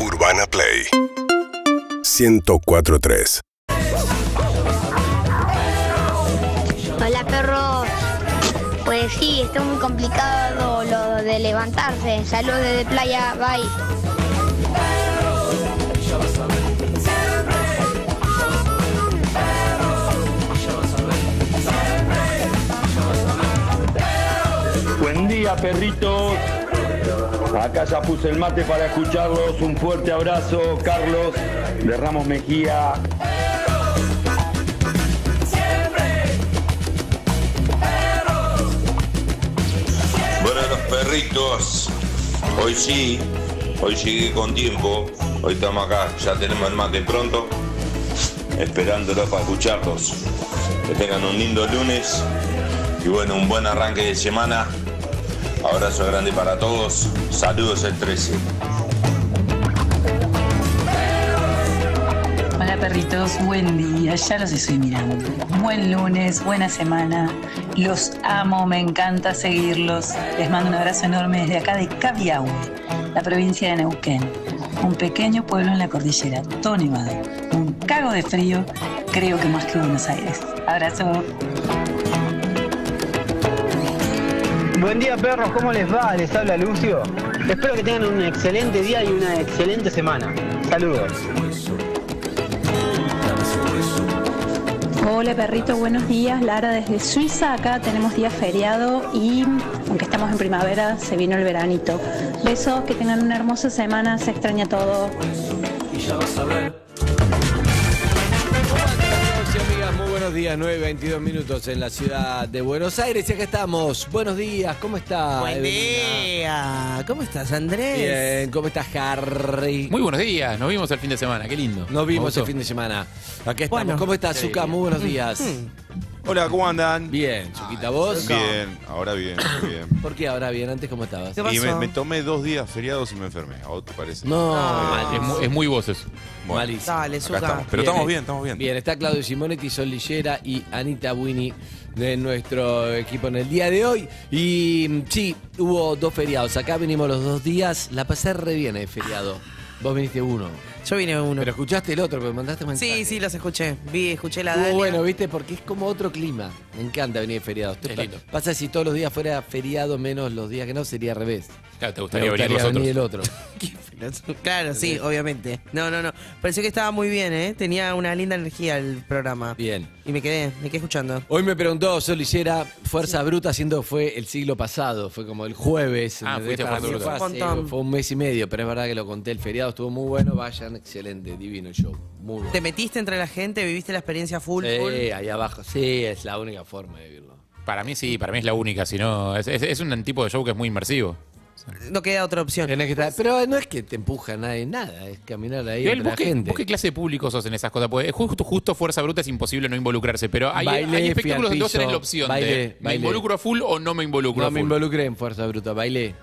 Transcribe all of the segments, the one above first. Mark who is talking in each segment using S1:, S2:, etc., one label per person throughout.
S1: Urbana Play 1043.
S2: Hola perros. Pues sí, está muy complicado lo de levantarse. Saludos desde playa, bye.
S3: Buen día, perritos. Acá ya puse el mate para escucharlos. Un fuerte abrazo, Carlos de Ramos Mejía.
S4: Bueno, los perritos, hoy sí, hoy llegué con tiempo, hoy estamos acá, ya tenemos el mate pronto, esperándolo para escucharlos. Que tengan un lindo lunes y bueno, un buen arranque de semana. Abrazo grande para todos, saludos el 13.
S5: Hola perritos, buen día, ya los estoy mirando. Buen lunes, buena semana, los amo, me encanta seguirlos. Les mando un abrazo enorme desde acá de Cabiahue, la provincia de Neuquén, un pequeño pueblo en la cordillera, todo nevado, un cago de frío, creo que más que Buenos Aires. Abrazo.
S6: Buen día perros, ¿cómo les va? Les habla Lucio. Espero que tengan un excelente día y una excelente semana. Saludos.
S7: Hola perrito, buenos días. Lara desde Suiza, acá tenemos día feriado y aunque estamos en primavera, se vino el veranito. Besos, que tengan una hermosa semana, se extraña todo.
S8: Amigos y amigas, muy buenos días, 9 22 minutos en la ciudad de Buenos Aires. Y acá estamos. Buenos días, ¿cómo estás?
S9: Buen día. ¿Cómo estás, Andrés?
S8: Bien, ¿cómo estás, Harry?
S10: Muy buenos días, nos vimos el fin de semana, qué lindo.
S8: Nos vimos
S10: Hermoso.
S8: el fin de semana. Acá estamos.
S9: Bueno. Mm.
S8: ¿Cómo estás, Zuka? Muy buenos días.
S11: Hola, ¿cómo andan?
S8: Bien, Zuquita, ¿vos?
S11: Bien, ahora bien, bien.
S8: ¿Por qué ahora bien? ¿Antes cómo estabas?
S9: ¿Qué
S11: Y me,
S9: pasó?
S11: me tomé dos días feriados y me enfermé. ¿A vos te parece?
S8: No,
S9: Ah.
S10: Es, mu- es muy vos eso.
S11: Bueno,
S8: malísimo.
S9: Dale,
S11: acá
S9: Zuka.
S11: estamos. Pero estamos bien, estamos bien.
S8: Bien, está Claudio Simonetti, Sol Lillera y Anita Winnie de nuestro equipo en el día de hoy. Y mm, sí, hubo dos feriados. Acá venimos los dos días. La pasé re bien el feriado. Vos viniste uno.
S9: Yo vine uno.
S8: Pero escuchaste el otro, pero mandaste mensaje.
S9: Sí, sí, los escuché. Vi, escuché la
S8: Estuvo
S9: Dalia.
S8: bueno, ¿viste? Porque es como otro clima. Me encanta venir de feriado. Esto
S10: Es
S8: pa-
S10: lindo.
S8: Pasa si todos los días fuera feriado menos los días que no, sería al revés.
S10: Claro, te
S8: Me
S10: gustaría, venir
S8: gustaría
S10: nosotros.
S8: venir el otro.
S9: Claro, sí, obviamente. No, no, no. Pareció que estaba muy bien, ¿eh? Tenía una linda energía el programa.
S8: Bien.
S9: Y me quedé, me quedé escuchando.
S8: Hoy me preguntó Sol Lillera, Fuerza Bruta, siendo fue el siglo pasado, fue como el jueves.
S10: Ah,
S8: ¿entendés?
S10: fuiste a
S8: Para
S10: Fuerza
S8: mí
S10: Bruta.
S8: fue hace-
S9: Un montón.
S8: Fue un mes y medio, pero es verdad que lo conté, el feriado estuvo muy bueno, vayan, excelente, divino el show, muy bueno.
S9: Te metiste entre la gente, viviste la experiencia full, full.
S8: Sí, ahí abajo, sí, es la única forma de vivirlo.
S10: Para mí sí, para mí es la única, si no, es, es- es un tipo de show que es muy inmersivo.
S9: No queda otra opción.
S8: Tenés que estar- pero no es que te empuja nadie, nada, es caminar ahí
S10: Igual,
S8: entre
S10: ¿vos
S8: la
S10: qué,
S8: gente.
S10: vos qué clase de público sos en esas cosas? Porque justo, justo Fuerza Bruta es imposible no involucrarse, pero hay,
S8: Bailé,
S10: hay
S8: fui al
S10: espectáculos donde vos
S8: piso,
S10: tenés la opción
S8: bailé,
S10: de ¿me
S8: bailé.
S10: involucro a full o no me involucro
S8: no
S10: a
S8: me
S10: full?
S8: involucré en Fuerza Bruta, bailé.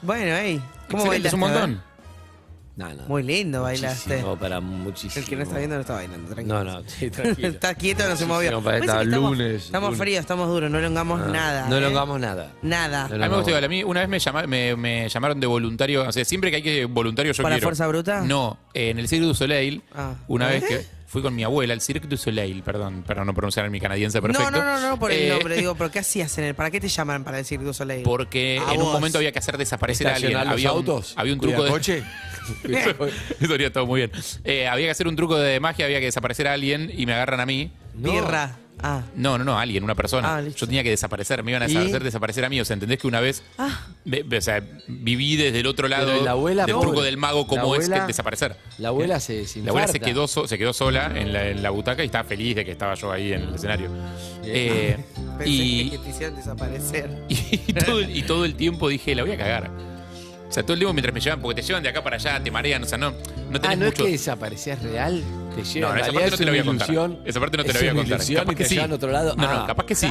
S9: Bueno, ey. ¿Cómo
S10: Excelente, es un
S9: bailaste,
S10: montón.
S8: No, no.
S9: Muy lindo bailaste.
S8: Muchísimo, para muchísimo.
S9: El que no está viendo no está bailando, tranquilo.
S8: No, no, sí, tranquilo.
S9: está quieto, no se movió.
S8: Muchísimo para
S9: Parece
S8: estar
S9: que estamos,
S8: lunes,
S9: estamos
S8: lunes. Ah,
S9: fríos, estamos duros, no elongamos nada.
S8: No
S9: ¿eh?
S8: logramos nada.
S9: Nada.
S8: No
S10: A mí me
S8: no,
S10: gusta igual. A mí una vez me, llama- me- me llamaron de voluntario. O sea, siempre que hay que voluntario yo
S9: ¿Para
S10: quiero.
S9: Fuerza Bruta?
S10: No. En el Cirque du Soleil,
S9: Ah.
S10: una vez
S9: ¿Eh?
S10: que fui con mi abuela al Cirque du Soleil, perdón, para no pronunciar mi canadiense
S9: No,
S10: perfecto.
S9: no, no, no, por el
S10: Eh,
S9: nombre. Digo, ¿pero qué hacías en el? ¿Para qué te llaman para decir Cirque du Soleil?
S10: Porque
S9: A
S10: en un
S9: vos.
S10: momento había que hacer desaparecer a alguien.
S8: Estacionar los
S10: Había un,
S8: autos.
S10: había un
S11: ¿Cuida
S10: truco de.
S11: coche?
S10: Eso haría todo muy bien. Eh, había que hacer un truco de magia, había que desaparecer a alguien y me agarran a mí.
S9: Birra. Ah.
S10: No, no, no, alguien, una persona.
S9: Ah, listo.
S10: yo tenía que desaparecer, me iban a
S8: ¿Y?
S10: hacer desaparecer a mí. O sea, ¿entendés que una vez
S9: Ah.
S10: me- me- o sea, viví desde el otro
S8: Pero
S10: lado
S8: ¿y la abuela,
S10: del
S8: pobre?
S10: truco del mago
S8: La
S10: cómo es
S8: abuela-
S10: que desaparecer?
S8: La abuela se
S10: La abuela se
S8: infarta.
S10: quedó, so- se quedó sola en la, en la butaca y estaba feliz de que estaba yo ahí en el escenario. Eh,
S9: Pensé que
S10: y,
S9: te hicieron desaparecer.
S10: y todo, el- y todo el tiempo dije, la voy a cagar. O sea, todo el tiempo mientras me llevan, porque te llevan de acá para allá, te marean, o sea, no, no
S8: Ah,
S10: tenés
S8: no
S10: mucho.
S8: es que desaparecías real. Te llevan.
S10: No, no, esa
S8: En
S10: parte
S8: realidad
S10: no
S8: es
S10: te la voy a
S8: una
S10: contar.
S8: ilusión.
S10: Esa parte no te
S8: Es
S10: la voy a
S8: una
S10: contar.
S8: ilusión
S10: Capaz
S8: y
S10: que
S8: te
S10: sí.
S8: llevan a otro lado.
S10: No,
S8: Ah,
S10: no, capaz que sí.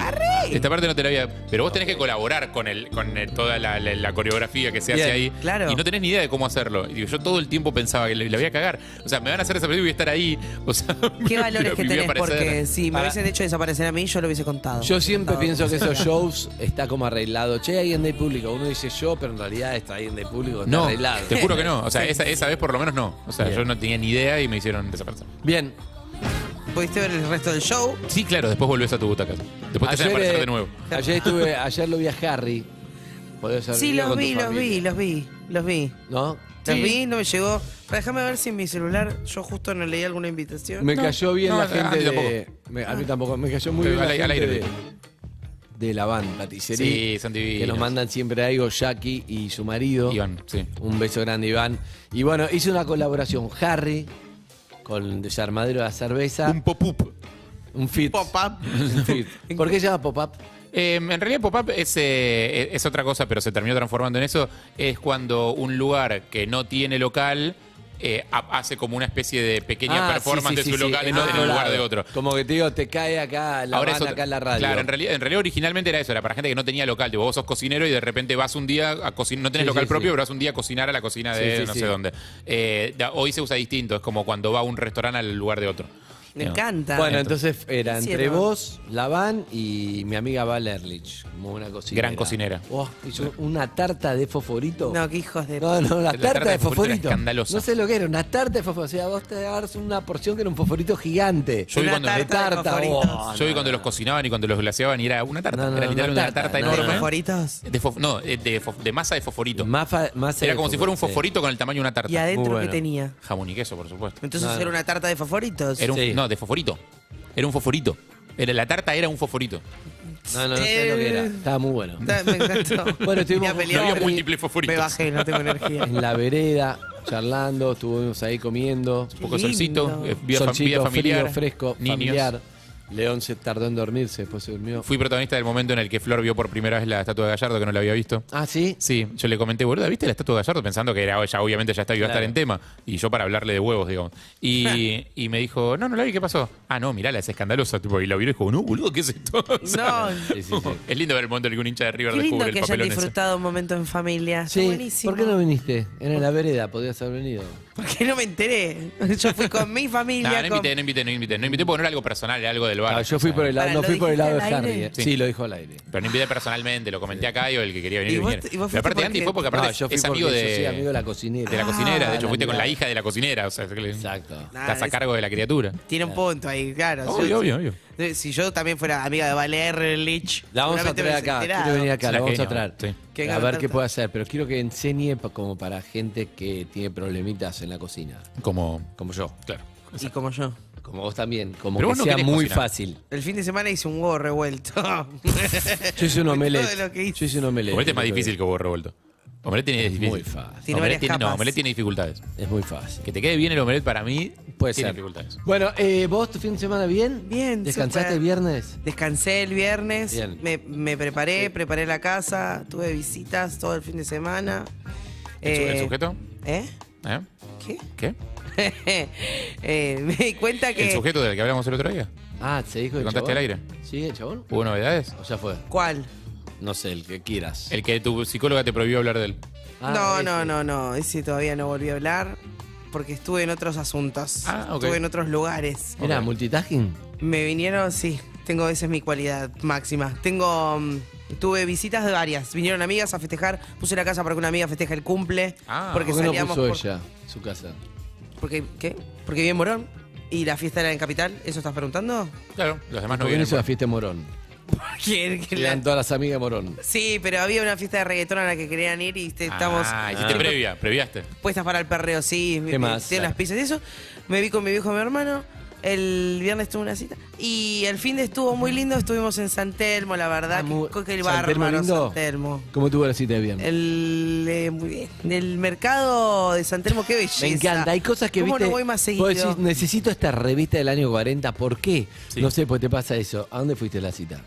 S10: Esta parte no te la voy a. Pero vos tenés que colaborar con el, con eh, toda la, la- la coreografía que se hace
S8: Bien,
S10: ahí.
S9: claro.
S10: Y no tenés ni idea de cómo hacerlo. Y digo, yo todo el tiempo pensaba que la, la voy a cagar. O sea, me van a hacer desaparecer y voy a estar ahí. O sea,
S9: ¿Qué
S10: me-
S9: valores
S10: me
S9: que
S10: voy a
S9: tenés?
S10: aparecer.
S9: Porque si me
S8: Para-
S9: hubiesen hecho desaparecer a mí, yo lo hubiese contado.
S8: Yo siempre
S9: Contado.
S8: pienso que esos shows está como arreglado. Che, ahí en el público. Uno dice yo, pero en realidad está ahí en el del público está
S10: No,
S8: arreglado.
S10: te juro que no. O sea, esa, esa vez por lo menos no. O sea,
S8: Bien.
S10: yo no tenía ni idea y me hicieron desaparecer.
S8: Bien.
S9: ¿Pudiste ver el resto del show?
S10: Sí, claro, después volvés a tu butaca. Después te hacen
S8: Ayer,
S10: aparecer
S8: eh,
S10: de nuevo.
S8: ayer estuve, ayer lo vi a Harry. Podés haber
S9: Sí,
S8: ido
S9: los
S8: con tu
S9: vi, los vi,
S8: familia.
S9: los vi, los vi.
S8: ¿No?
S9: Los vi, no me llegó. Pero déjame ver si en mi celular yo justo no leí alguna invitación.
S8: Me cayó bien
S10: No,
S8: la
S10: a- a
S8: gente
S10: mí
S8: de. me- a mí tampoco, me cayó muy
S10: Pero
S8: bien.
S10: al
S8: la
S10: aire- al
S8: gente
S10: aire.
S8: De, de la van, paticería.
S10: Sí, son divinos.
S8: Que nos mandan siempre algo, Jackie y su marido.
S10: Iván, sí.
S8: Un beso grande, Iván. Y bueno, hice una colaboración, Harry, con Desarmadero de la Cerveza.
S11: Un pop-up.
S8: Un fit.
S9: Pop-up.
S8: Un fit. ¿Por qué se llama pop-up?
S10: Eh, en realidad pop-up es, eh, es otra cosa, pero se terminó transformando en eso. Es cuando un lugar que no tiene local eh, ha- hace como una especie de pequeña
S8: Ah,
S10: performance
S8: sí, sí,
S10: de
S8: sí,
S10: su
S8: sí,
S10: local en,
S8: en
S10: en
S8: otro
S10: el lugar
S8: lado.
S10: de otro.
S8: Como que te digo, te cae acá la
S10: es
S8: van,
S10: otra-
S8: acá la radio.
S10: Claro, en realidad, en realidad originalmente era eso, era para gente que no tenía local. Tipo, vos sos cocinero y de repente vas un día a cocinar, no tenés
S8: Sí,
S10: local
S8: sí,
S10: propio,
S8: sí.
S10: pero vas un día a cocinar a la cocina de
S8: Sí, sí,
S10: no
S8: sí.
S10: sé dónde. Eh, da- hoy se usa distinto, es como cuando va un restaurante al lugar de otro.
S9: Me
S10: No.
S9: encanta.
S8: Bueno, entonces era
S9: Sí,
S8: entre
S9: era.
S8: vos, la van y mi amiga Val Erlich, como una cocinera.
S10: Gran cocinera.
S8: Oh, hizo una tarta de fosforito.
S9: No, qué hijos de...
S8: No, no, la, tarta, de fosforito.
S10: era escandalosa.
S8: No sé lo que era, una tarta de fosforito. O sea, vos te dabas una porción que era un fosforito gigante.
S10: Yo vi
S9: Una
S10: cuando-
S8: de
S9: tarta de
S8: tarta,
S9: fosforitos.
S8: oh,
S10: Yo vi
S8: no,
S10: cuando
S8: no.
S10: los cocinaban y cuando los glaseaban y era una tarta,
S8: No, no,
S10: era
S8: no,
S10: literal
S8: una
S10: una tarta,
S8: tarta, no,
S9: ¿De
S10: enorme.
S9: fosforitos?
S10: De fof- no, de, de fof- de masa de fosforito.
S8: Mafa- masa
S10: era
S8: de
S10: como si fuera un
S8: fosforito,
S10: fosforito con el tamaño de una tarta. Uh,
S9: ¿Y adentro
S8: bueno.
S9: qué tenía?
S10: Jamón y queso, por supuesto.
S9: Entonces
S8: No, no.
S9: era una tarta de fosforitos.
S10: Era un,
S8: Sí.
S10: No, de fosforito. Era un fosforito. Era, la tarta era un fosforito.
S8: sí. No, no, no sé lo que era.
S9: Eh.
S8: Estaba muy bueno.
S9: Ta- Me encantó.
S8: Bueno, estuvimos-
S9: Me apeleé.
S10: No había múltiples fosforitos.
S9: Me bajé, no tengo energía.
S8: En la vereda, charlando, estuvimos ahí comiendo.
S10: Un poco
S9: Qué lindo.
S10: solcito, eh, vida, fam-
S8: Solcito,
S10: vida familiar.
S8: frío, fresco,
S10: niños.
S8: familiar. León se tardó en dormirse, después se durmió.
S10: Fui protagonista del momento en el que Flor vio por primera vez la estatua de Gallardo, que no la había visto.
S8: Ah, ¿sí?
S10: Sí, yo le comenté, boluda, ¿viste la estatua de Gallardo? Pensando que era, ya obviamente ya está, iba a estar
S8: Claro.
S10: en tema. Y yo para hablarle de huevos, digamos. Y, y me dijo, no, no la vi, ¿qué pasó? Ah, no, mirala, es escandalosa. Tipo, y la vio y dijo, no, boludo, ¿qué es esto? O sea,
S9: No,
S8: Sí, sí, sí.
S10: Es lindo ver el momento en el que un hincha de River
S9: qué lindo
S10: descubre el
S9: que hayan
S10: papelón ese.
S9: disfrutado un momento en familia. Está
S8: Sí,
S9: buenísimo.
S8: ¿Por qué no viniste? Era en la vereda, podías haber venido.
S9: ¿Por qué no me enteré? Yo fui con mi
S10: No,
S9: familia.
S10: no
S9: con-
S10: invité, no invité, no invité. No invité porque no era algo personal, era algo del bar.
S8: Ah, yo fui
S10: O sea,
S8: por el lado,
S9: Pará,
S8: no
S9: ¿lo
S8: fui por el lado de
S9: dijiste al
S8: Harry.
S9: aire?
S8: eh. Sí. lo dijo al aire.
S10: Pero no invité personalmente, lo comenté acá y el que quería venir,
S9: ¿Y vos-
S10: viniera.
S9: y vos
S10: Pero
S9: fuiste
S10: aparte, Andy
S9: porque-
S10: fue porque aparte
S8: No, yo fui
S10: es
S8: porque
S10: amigo de,
S8: yo soy amigo de la cocinera.
S10: de la cocinera. De hecho,
S8: Ah,
S10: fuiste con la
S8: mirá.
S10: hija de la cocinera. O sea, que le-
S8: Exacto.
S10: estás a cargo de la criatura.
S9: Tiene un punto ahí, claro.
S10: Obvio,
S9: Si-
S10: obvio, obvio.
S9: eh, Si yo también fuera amiga de Valer Lich.
S8: La vamos a
S9: seguramente me
S8: traer
S9: hubiese
S8: acá,
S9: enterado.
S8: quiero venir acá,
S10: Es
S8: la
S10: una
S8: vamos a
S10: genia,
S8: traer.
S10: sí.
S9: Que
S8: A
S9: haga
S8: ver
S9: tarta.
S8: qué puede hacer, pero quiero que enseñe pa- como para gente que tiene problemitas en la cocina,
S10: Como,
S8: como yo,
S10: claro.
S9: Y como yo.
S8: como vos también, como
S10: Pero
S8: que
S10: vos no
S8: sea
S10: querés
S8: muy
S10: cocinar.
S8: fácil.
S9: El fin de semana hice un huevo revuelto.
S8: Yo hice un
S9: Todo lo que
S8: omelette,
S9: hice.
S8: yo hice un omelette.
S10: Omelette este es más
S8: Yo creo
S10: difícil que huevo revuelto. Omelette tiene
S8: Es
S10: difícil.
S8: muy fácil.
S9: Tiene
S10: Omelette
S9: varias
S10: tiene, no,
S9: capas.
S10: omelette tiene dificultades.
S8: que Es muy fácil.
S10: Que te quede bien el omelette para mí
S8: Puede
S10: tiene
S8: ser.
S10: dificultades.
S8: Bueno, eh, ¿vos tu fin de semana bien?
S9: Bien,
S8: ¿Descansaste
S9: súper.
S8: viernes?
S9: Descansé el viernes,
S8: Bien.
S9: me, me preparé, preparé la casa, tuve visitas todo el fin de semana.
S10: ¿El, su- el
S9: Eh,
S10: sujeto?
S9: ¿Eh?
S10: ¿Eh?
S9: ¿Qué?
S10: ¿Qué?
S9: Eh, me di cuenta
S10: ¿El
S9: que...
S10: sujeto del que hablamos el otro día?
S8: Ah, ¿se dijo
S10: ¿Lo
S8: el
S10: contaste
S8: chabón?
S10: al aire? Uh.
S8: ¿Sí, el chabón?
S10: ¿Hubo novedades?
S8: O ya fue.
S9: ¿Cuál?
S8: No sé, el que quieras.
S10: El que tu psicóloga te prohibió hablar de él.
S8: Ah,
S9: no,
S8: ese.
S9: no, no, no, ese todavía no volví a hablar porque estuve en otros asuntos,
S10: Ah, ok.
S9: estuve en otros lugares.
S8: Mira,
S10: Ok.
S8: multitasking.
S9: Me vinieron, sí, tengo, esa es mi cualidad máxima. Tengo, mm, tuve visitas de varias, vinieron amigas a festejar, puse la casa para que una amiga festeje el cumple,
S10: Ah,
S9: porque
S8: ¿Por qué no
S9: salíamos
S8: puso
S9: por-
S8: ella su casa?
S9: Porque, ¿qué? Porque vive en Morón y la fiesta era en Capital, ¿eso estás preguntando?
S10: Claro, los demás no
S8: ¿Por qué no
S10: vienen.
S8: hizo la fiesta de Morón?
S9: ¿Quién? ¿Quién la-
S8: Eran todas las amigas de Morón.
S9: Sí, pero había una fiesta de reggaetón a la que querían ir y te- estamos
S10: Ah, hiciste
S9: tipo,
S10: previa, previaste.
S9: puestas para el perreo, sí, me- me
S8: más?
S9: hicieron las pizzas y eso. Me vi con mi viejo y mi hermano. El viernes tuve una cita. Y el fin de estuvo muy lindo, estuvimos en San Telmo, la verdad.
S8: Ah,
S9: que-
S8: muy-
S9: co- que el
S8: ¿San
S9: bar,
S8: Telmo
S9: hermano,
S8: lindo?
S9: San Telmo.
S8: ¿Cómo tuvo la cita de viernes?
S9: El, eh, muy bien. Del mercado de San Telmo, qué belleza.
S8: Me encanta, hay cosas que
S9: ¿Cómo
S8: viste.
S9: no voy más seguido?
S8: vos decís, necesito esta revista del año 40, ¿por qué?
S10: Sí.
S8: No sé, pues te pasa eso. ¿A dónde fuiste a la cita?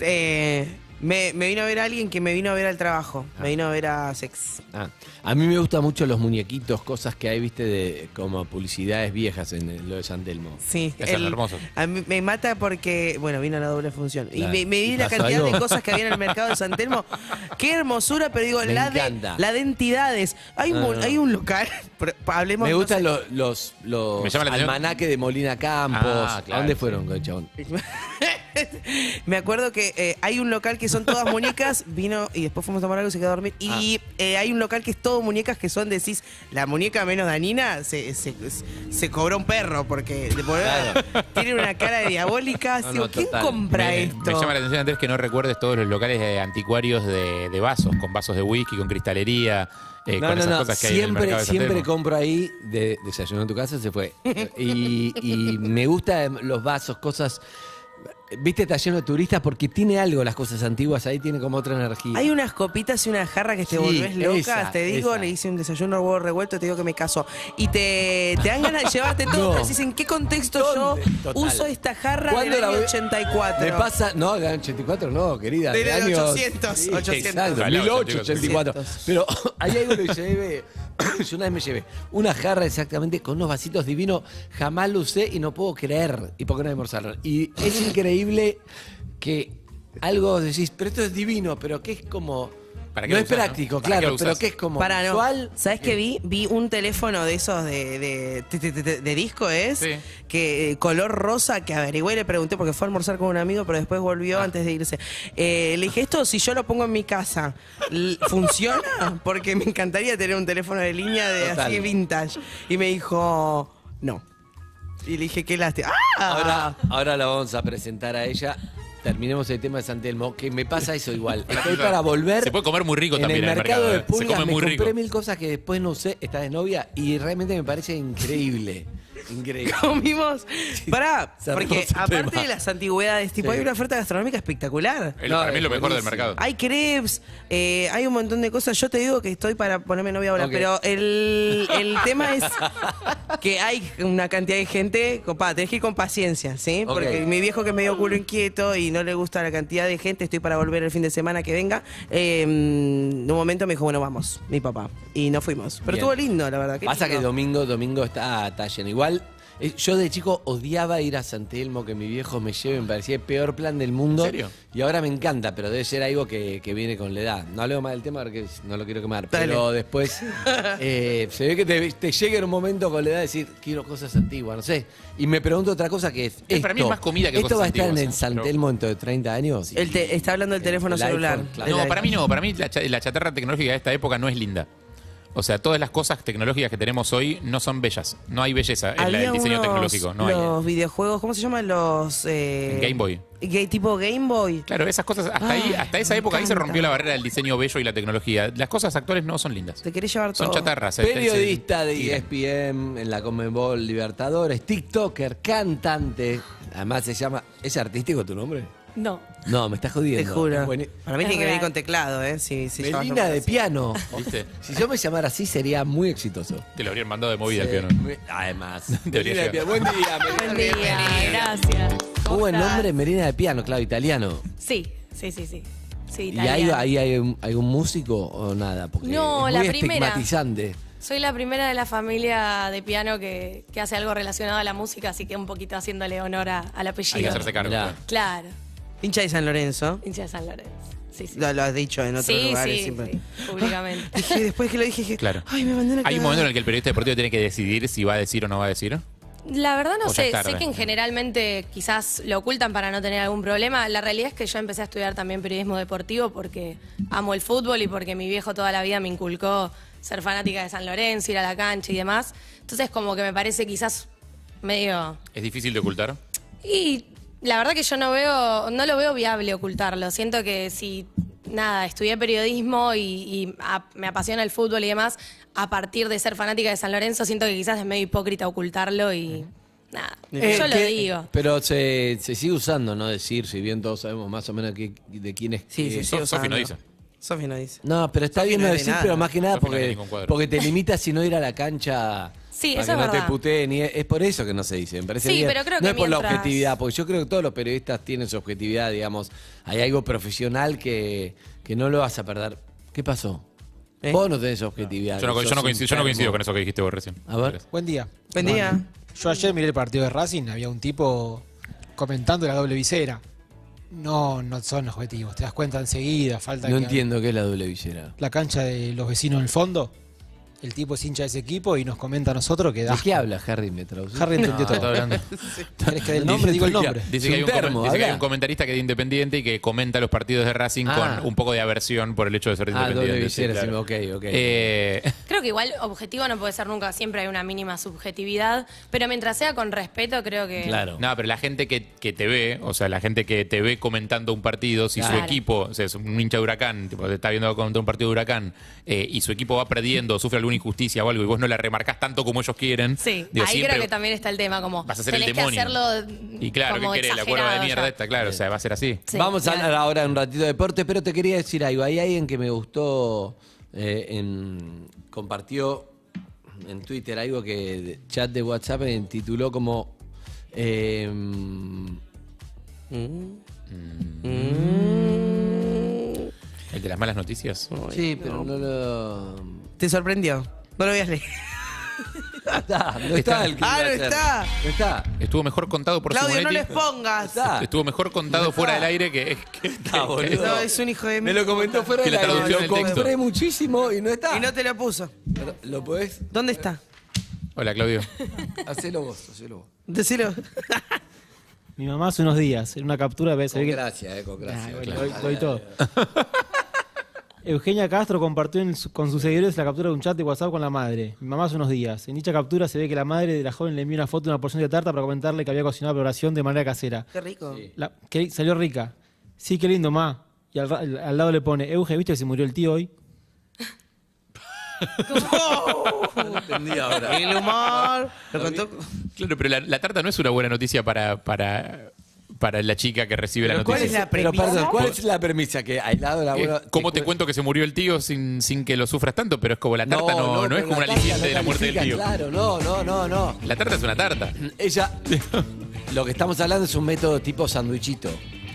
S9: Eh, me, me vino a ver alguien que me vino a ver al trabajo. Me vino a ver a Sex.
S8: Ah, a mí me gustan mucho los muñequitos, cosas que hay, viste, de como publicidades viejas en eh, lo de San Telmo.
S9: Sí,
S10: Esas hermosas.
S9: a mí me mata porque, bueno, vino la doble función.
S8: Claro.
S9: Y me, me
S8: ¿Y
S9: vi la
S8: pasó
S9: cantidad
S8: algo?
S9: de cosas que había en el mercado de San Telmo. Qué hermosura, pero digo,
S8: Me
S9: la
S8: encanta.
S9: de la de entidades. Hay, un,
S8: No, no, no.
S9: hay un local, pero hablemos
S8: Me
S9: no
S8: gustan
S9: sé,
S8: lo- los, los,
S10: Me llama la atención-
S8: almanaque de Molina Campos.
S10: Ah, claro,
S8: ¿A dónde
S10: sí.
S8: fueron con el chabón?
S9: Me acuerdo que eh, hay un local que son todas muñecas, vino y después fuimos a tomar algo y se quedó a dormir. Y
S8: Ah.
S9: eh, hay un local que es todo muñecas que son, decís, la muñeca menos danina se, se, se cobró un perro porque de por- tiene una cara diabólica.
S8: No,
S9: Digo,
S8: no,
S9: ¿Quién
S8: total.
S9: compra
S10: me,
S9: esto?
S10: me llama la atención, Andrés, que no recuerdes todos los locales eh, anticuarios de, de vasos, con vasos de whisky, con cristalería, eh,
S8: no,
S10: con
S8: no,
S10: esas
S8: no.
S10: cosas que hay en el
S8: siempre,
S10: mercado de San
S8: siempre
S10: Telmo.
S8: compro ahí, de, desayuno en tu casa, se fue. Y, y me gusta los vasos, cosas. Viste, está lleno de turistas porque tiene algo las cosas antiguas, ahí tiene como otra energía.
S9: Hay unas copitas y una jarra que te
S8: Sí,
S9: volvés loca,
S8: esa,
S9: te digo,
S8: esa.
S9: le hice un desayuno al huevo revuelto, te digo que me caso. Y te, te dan ganas de llevarte todo,
S8: No.
S9: pero decís, ¿en qué contexto
S8: ¿Dónde?
S9: yo
S8: Total.
S9: uso esta jarra del
S8: ¿Cuándo la
S9: año
S8: voy-
S9: 84?
S8: Me pasa, no, del año 84 no, querida.
S9: Del año
S8: año-
S9: 800, 800.
S8: Exacto,
S10: Ojalá,
S8: 1884.
S9: 800.
S8: Pero ahí hay uno que lleve, yo una vez me llevé una jarra exactamente con unos vasitos divinos, jamás lo usé y no puedo creer. ¿Y por qué no almorzaron? Y es increíble que algo decís, pero esto es divino, pero que es como...
S10: ¿Para qué
S8: no
S10: lo
S8: es
S10: usás,
S8: práctico,
S10: no? ¿Para qué
S8: claro,
S10: lo
S8: pero
S10: usás?
S8: que es como
S9: Para no.
S8: visual.
S9: ¿Sabes qué vi? Vi un teléfono de esos de, de, de- de- de- de disco, ¿es?
S10: Sí.
S9: Que eh, color rosa, que averigüé, le pregunté porque fue a almorzar con un amigo, pero después
S8: Ah.
S9: volvió antes de irse. Eh, le dije, esto si yo lo pongo en mi casa, l- ¿funciona? Porque me encantaría tener un teléfono de línea de
S8: Total.
S9: así vintage. Y me dijo, no. Y le dije, qué lástima. ¡Ah!
S8: Ahora, ahora la vamos a presentar a ella. Terminemos el tema de San Telmo, que me pasa eso igual. Estoy para volver.
S10: Se puede comer muy rico
S8: en
S10: también en
S8: el
S10: el
S8: mercado
S10: mercado,
S8: de
S10: ¿eh? Se
S8: pulgas.
S10: come
S8: Me
S10: muy
S8: compré
S10: rico.
S8: mil cosas que después no usé. Está de novia y realmente me parece increíble. Increíble.
S9: Comimos. Pará,
S8: Cerramos
S9: porque
S8: el
S9: aparte
S8: tema.
S9: de las antigüedades, tipo,
S8: Sí.
S9: hay una oferta gastronómica espectacular.
S10: Es-
S8: No,
S10: para mí es lo
S8: es
S10: mejor del
S8: buenísimo.
S10: mercado.
S9: Hay crepes, eh, hay un montón de cosas. Yo te digo que estoy para ponerme novia ahora,
S8: Ok.
S9: pero el, el tema es que hay una cantidad de gente, compa, tenés que ir con paciencia, ¿sí?
S8: Ok.
S9: Porque mi viejo que me dio culo inquieto y no le gusta la cantidad de gente, estoy para volver el fin de semana que venga. eh, en un momento me dijo, bueno, vamos, mi papá. Y no fuimos. Pero
S8: Bien.
S9: estuvo lindo, la verdad. qué
S8: Pasa que
S9: lindo.
S8: domingo, domingo está, está lleno. Igual, eh, yo de chico odiaba ir a San Telmo, que mi viejo me lleve, me parecía el peor plan del mundo.
S10: ¿En serio?
S8: Y ahora me encanta, pero debe ser algo que, que viene con la edad. No hablemos más del tema porque no lo quiero quemar.
S9: Dale.
S8: Pero después eh, se ve que te, te llega en un momento con la edad de decir, quiero cosas antiguas, no sé. Y me pregunto otra cosa que es.
S10: Eh, para mí
S8: esto.
S10: es más comida que
S8: ¿Esto
S10: cosas
S8: va a estar en el
S10: antiguas, ¿eh?
S8: San
S10: pero-
S8: Telmo dentro de 30 años?
S9: El te- está hablando del teléfono
S8: el
S9: celular.
S8: iPhone, claro.
S9: El
S10: No,
S9: iPhone.
S10: para mí no, para mí la, cha- la chatarra tecnológica de esta época no es linda. O sea, todas las cosas tecnológicas que tenemos hoy no son bellas. No hay belleza en la-
S9: Había
S10: el diseño
S9: unos-
S10: tecnológico. No
S9: los
S10: hay. eh.
S9: videojuegos, ¿cómo se llaman los? eh,
S10: Game Boy.
S9: gay- tipo Game Boy.
S10: Claro, esas cosas, hasta
S9: Ah,
S10: ahí, hasta esa
S9: me
S10: época ahí se
S9: encanta.
S10: rompió la barrera del diseño bello y la tecnología. Las cosas actuales no son lindas.
S9: Te querés llevar todo.
S10: Son chatarras. este, se- se-
S8: Periodista
S10: se-
S8: de E ESPN en la Conmebol Libertadores, TikToker, cantante. Además se llama. ¿Es artístico tu nombre?
S7: No.
S8: No, me estás jodiendo.
S9: Te juro.
S8: Es bueni-
S9: Para mí
S7: Es
S9: tiene que venir
S7: real.
S9: con teclado, ¿eh? Si, si llevas
S8: Melina
S9: un-
S8: de piano.
S10: ¿Viste?
S8: Si yo me llamara así sería muy exitoso.
S10: Te lo habrían mandado de movida,
S8: Sí,
S10: al piano.
S8: me- Además.
S10: Debería
S8: Melina de
S10: llegar.
S8: piano. Buen día, Melina.
S7: Buen día, ah, gracias.
S8: Muy
S7: ¿Cómo
S8: buen
S7: estás?
S8: nombre, Melina de piano, claro, italiano.
S7: Sí, sí, sí, sí. Sí,
S8: ¿Y
S7: italiano.
S8: ahí, ahí hay un- algún músico o nada? Porque
S7: No,
S8: es
S7: la
S8: muy
S7: primera.
S8: estigmatizante.
S7: Soy la primera de la familia de piano que, que hace algo relacionado a la música, así que un poquito haciéndole honor a- al
S10: Hay que
S7: apellido.
S10: hacerse cargo.
S8: Mirá.
S7: Claro,
S9: Hincha de San Lorenzo.
S7: hincha de San Lorenzo. Sí, sí.
S9: Lo, lo has dicho en otros
S7: Sí,
S9: lugares
S7: sí,
S9: siempre.
S7: sí, públicamente. Eh,
S9: Ah, dije, después que lo dije, dije,
S10: Claro.
S9: ay, me mandé una
S10: Hay un
S9: cagada.
S10: momento en el que el periodista deportivo tiene que decidir si va a decir o no va a decir.
S7: La verdad
S10: O
S7: no
S10: ya es
S7: sé,
S10: tarde.
S7: sé que en generalmente quizás lo ocultan para no tener algún problema. La realidad es que yo empecé a estudiar también periodismo deportivo porque amo el fútbol y porque mi viejo toda la vida me inculcó ser fanática de San Lorenzo, ir a la cancha y demás. Entonces como que me parece quizás medio...
S10: Es difícil de ocultar.
S7: Y la verdad que yo no veo, no lo veo viable ocultarlo. Siento que si nada, estudié periodismo y, y a- me apasiona el fútbol y demás, a partir de ser fanática de San Lorenzo, siento que quizás es medio hipócrita ocultarlo y nada.
S8: Eh,
S7: yo lo
S8: que-
S7: digo.
S8: Pero se, se sigue usando, ¿no? Decir, si bien todos sabemos más o menos qué- de quién es.
S9: Sí,
S8: qué-
S9: sí, sí.
S10: Sofi no dice.
S9: Sofi no dice.
S8: No, pero está
S9: Sofi
S8: bien
S9: no
S8: no
S9: es de
S8: decir,
S9: nada.
S8: pero más que nada
S10: Sofi no es de
S8: porque,
S10: ningún cuadro.
S8: porque te limita si no ir a la cancha.
S7: Sí,
S8: para
S7: eso
S8: que
S7: es
S8: no
S7: verdad.
S8: te puteen. Y es, es por eso que no se dice. Me parece
S7: Sí,
S8: bien.
S7: pero creo
S8: no
S7: que
S8: es por la
S7: mientras-
S8: objetividad, porque yo creo que todos los periodistas tienen su objetividad, digamos. Hay algo profesional que, que no lo vas a perder. ¿Qué pasó?
S9: ¿Eh?
S8: Vos no tenés objetividad.
S10: Yo no,
S8: sos
S10: yo no coincido, yo no
S8: enfermo.
S10: coincido con eso que dijiste vos recién.
S8: A ver.
S1: Buen día.
S9: Buen día.
S1: Yo ayer miré el partido de Racing, había un tipo comentando la doble visera. No, no son los objetivos, te das cuenta enseguida, falta
S8: No
S1: que-
S8: entiendo qué es la doble villera.
S1: la cancha de los vecinos en el fondo. El tipo es hincha de ese equipo y nos comenta a nosotros que da.
S8: ¿De qué habla Harry? ¿Me traducís?
S1: Harry entendió
S10: No,
S1: todo.
S10: está
S8: Ah.
S10: hablando.
S1: ¿Querés que dé el nombre? Digo el nombre.
S10: Dice, que hay,
S8: Es
S10: un
S8: un termo,
S10: comen- dice que hay
S8: habla.
S10: un comentarista que es independiente y que comenta los partidos de Racing
S8: Ah.
S10: con un poco de aversión por el hecho de ser
S8: Ah,
S10: independiente.
S8: doble
S10: sí,
S8: visera, sí,
S10: claro.
S8: ok, ok.
S10: Eh,
S7: Creo que igual objetivo no puede ser nunca, siempre hay una mínima subjetividad, pero mientras sea con respeto, creo que.
S8: claro.
S10: No, pero la gente que, que te ve, o sea, la gente que te ve comentando un partido, si su
S7: Claro.
S10: equipo, o sea, es un hincha de huracán, tipo, te está viendo comentar un partido de huracán, eh, y su equipo va perdiendo, sufre alguna injusticia o algo, y vos no la remarcás tanto como ellos quieren.
S7: Sí,
S10: digo,
S7: ahí
S10: siempre
S7: creo que también está el tema, como
S10: Vas a ser el
S7: tenés
S10: demonio.
S7: que hacerlo
S10: Y claro,
S7: como
S10: ¿qué querés? La cuerda de
S7: exagerado
S10: mierda
S7: ya.
S10: esta, claro, o sea, va a ser así.
S7: Sí,
S8: Vamos a
S7: claro.
S8: hablar ahora un ratito de deporte, pero te quería decir algo. Hay alguien que me gustó, eh, en- compartió en Twitter algo que de- chat de WhatsApp tituló como... eh,
S9: Mm.
S10: El de las malas noticias.
S8: sí, pero no lo...
S9: ¿Te sorprendió? No lo voy a leer.
S8: No está, no está el que iba
S9: Ah,
S8: a
S9: no
S8: ser.
S9: está.
S8: No está.
S10: Estuvo mejor contado por
S9: Claudio, no
S10: Simonetti.
S9: les pongas.
S8: Está.
S10: Estuvo mejor contado
S8: No
S10: fuera
S8: está.
S10: del aire que, que-
S8: Está,
S10: que-
S8: boludo.
S9: No, es un hijo de
S8: Me
S9: mí.
S8: lo comentó fuera
S10: Que
S8: de
S10: la
S8: la
S10: traducción
S8: Lo
S10: del texto.
S8: compré muchísimo y no está.
S9: Y no te lo puso.
S8: Pero, ¿Lo podés?
S9: ¿Dónde está?
S10: Hola, Claudio.
S8: Hacelo vos, hacelo vos.
S9: Decilo.
S12: Mi mamá hace unos días, en una captura, ve, se
S8: Con
S12: ve que-
S8: gracia, eh, con gracia.
S12: Doy-
S8: claro.
S12: doy, doy todo. Eugenia Castro compartió en su- con sus seguidores la captura de un chat de WhatsApp con la madre. Mi mamá hace unos días. En dicha captura se ve que la madre de la joven le envió una foto de una porción de tarta para comentarle que había cocinado la oración de manera casera.
S9: Qué rico.
S12: La- que salió rica. Sí, qué lindo, ma. Y al, ra- al- al lado le pone, Euge, ¿viste que se murió el tío hoy?
S8: No entendí ahora.
S9: El humor. Lo contó.
S10: Claro, pero la, la tarta no es una buena noticia para, para, para la chica que recibe la
S8: Pero ¿cuál
S10: noticia.
S8: es la
S9: Pero,
S8: premisa?
S9: perdón,
S8: ¿cuál es la premisa? Que al lado de la
S10: Eh,
S8: abuela-
S10: ¿Cómo te
S8: cu-
S10: cuento que se murió el tío sin, sin que lo sufras tanto? Pero es como la tarta, no, no, es
S8: pero
S10: como un
S8: tarta
S10: aliciente
S8: no
S10: de la muerte del tío.
S8: califica, Claro, no, no, no, no.
S10: La tarta es una tarta.
S8: Ella, lo que estamos hablando es un método tipo sandwichito.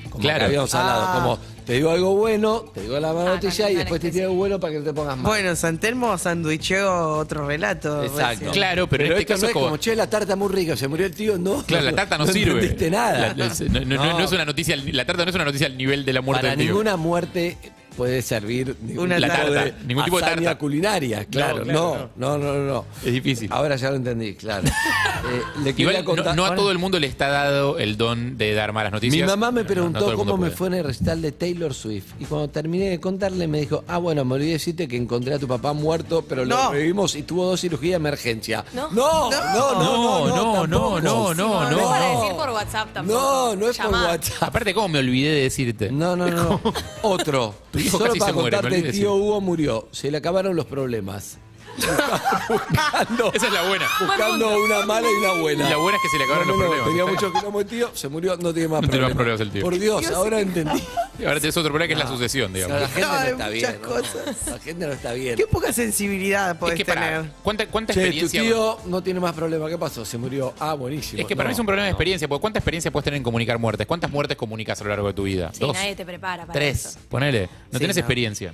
S8: Como
S10: Claro.
S8: que habíamos hablado.
S9: Ah.
S8: Como te digo algo bueno, te digo la mala
S7: Ah,
S8: noticia y
S7: calcular
S8: después te
S7: este
S8: tiro algo bueno para que no te pongas mal.
S9: Bueno, Santelmo sandwicheó otro relato.
S8: Exacto.
S9: recién.
S10: Claro, pero en este
S8: esto
S10: caso
S8: no
S10: es
S8: es como,
S10: como-
S8: che, la tarta muy rica, se murió el tío, no.
S10: Claro, la tarta no,
S8: no
S10: sirve.
S8: entendiste nada.
S10: La- la- no, no- no es una noticia, la tarta no es una noticia al nivel de la muerte
S8: Para
S10: del tío.
S8: ninguna muerte puede servir ningún
S9: Una
S8: tipo
S10: tarta.
S8: de
S10: Ningún tipo de
S8: hazaña
S10: tarta.
S8: culinaria, claro. No,
S10: claro,
S8: no, no, no, no.
S10: Es difícil.
S8: Ahora ya lo entendí, claro. Eh, le
S10: Igual,
S8: quería
S10: no,
S8: contar-
S10: no a
S8: Ahora,
S10: todo el mundo le está dado el don de dar malas noticias.
S8: Mi mamá me
S10: No, no, no
S8: preguntó
S10: todo el mundo
S8: cómo me
S10: puede.
S8: fue en el recital de Taylor Swift. Y cuando terminé de contarle, me dijo: Ah, bueno, me olvidé decirte que encontré a tu papá muerto, pero lo
S9: No.
S8: revivimos y tuvo dos cirugías de emergencia. No, no,
S7: No.
S8: no, no,
S10: No, no,
S8: tampoco.
S10: no, no, no,
S7: No es para
S10: no.
S7: decir por WhatsApp tampoco.
S8: No, no es por
S7: Llamá.
S8: WhatsApp.
S10: Aparte, ¿cómo me olvidé de decirte?
S8: No, no, no. no. Otro.
S10: Tu hijo
S8: Solo
S10: casi
S8: para
S10: se muere,
S8: contarte,
S10: me olvidé
S8: el tío
S10: decir.
S8: Hugo murió. Se le acabaron los problemas. buscando
S10: Esa es la buena.
S9: Ah,
S8: buscando una mala y una buena.
S10: Y la buena es que se le acabaron los problemas.
S8: Tenía mucho quilombo el tío, se murió, no tiene más
S10: No tiene
S8: problemas.
S10: más problemas el tío.
S8: Por Dios, ahora entendí.
S10: Y ahora tenés otro problema que
S8: Ah.
S10: es la sucesión,
S8: No,
S10: digamos.
S8: la gente no
S9: Ay,
S8: está
S9: muchas
S8: bien. ¿no?
S9: cosas.
S8: La gente no está bien.
S9: Qué poca sensibilidad podés
S10: Es que para,
S9: tener.
S10: ¿cuánta, cuánta
S8: Che, tu
S10: experiencia?
S8: tío no tiene más problemas. ¿Qué pasó? Se murió. Ah, buenísimo.
S10: Es que para
S8: No,
S10: mí es un problema de
S8: no.
S10: experiencia, porque ¿cuánta experiencia puedes tener en comunicar muertes? ¿Cuántas muertes comunicas a lo largo de tu vida?
S7: Sí,
S10: Dos,
S7: nadie te prepara para
S10: tres,
S7: eso.
S10: ponele.
S9: Sí,
S10: No tenés
S9: no.
S10: experiencia.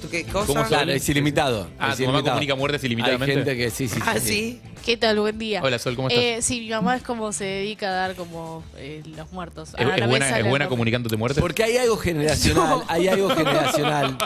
S9: ¿Tú qué cosa?
S10: ¿Cómo
S8: Claro, es ilimitado.
S10: Ah,
S8: es
S10: tu mamá
S8: ilimitado.
S10: comunica muertes ilimitadamente.
S8: Hay gente que sí, sí.
S9: Ah,
S8: sí.
S9: sí.
S13: ¿Qué tal? Buen día.
S10: Hola, Sol, ¿cómo estás?
S13: Eh, sí, mi mamá es como se dedica a dar como eh, los muertos.
S10: ¿Es,
S13: A
S10: es
S13: la
S10: buena,
S13: mesa,
S10: es
S13: la
S10: buena
S13: ropa.
S10: comunicándote muertes?
S8: Porque hay algo generacional, hay algo generacional.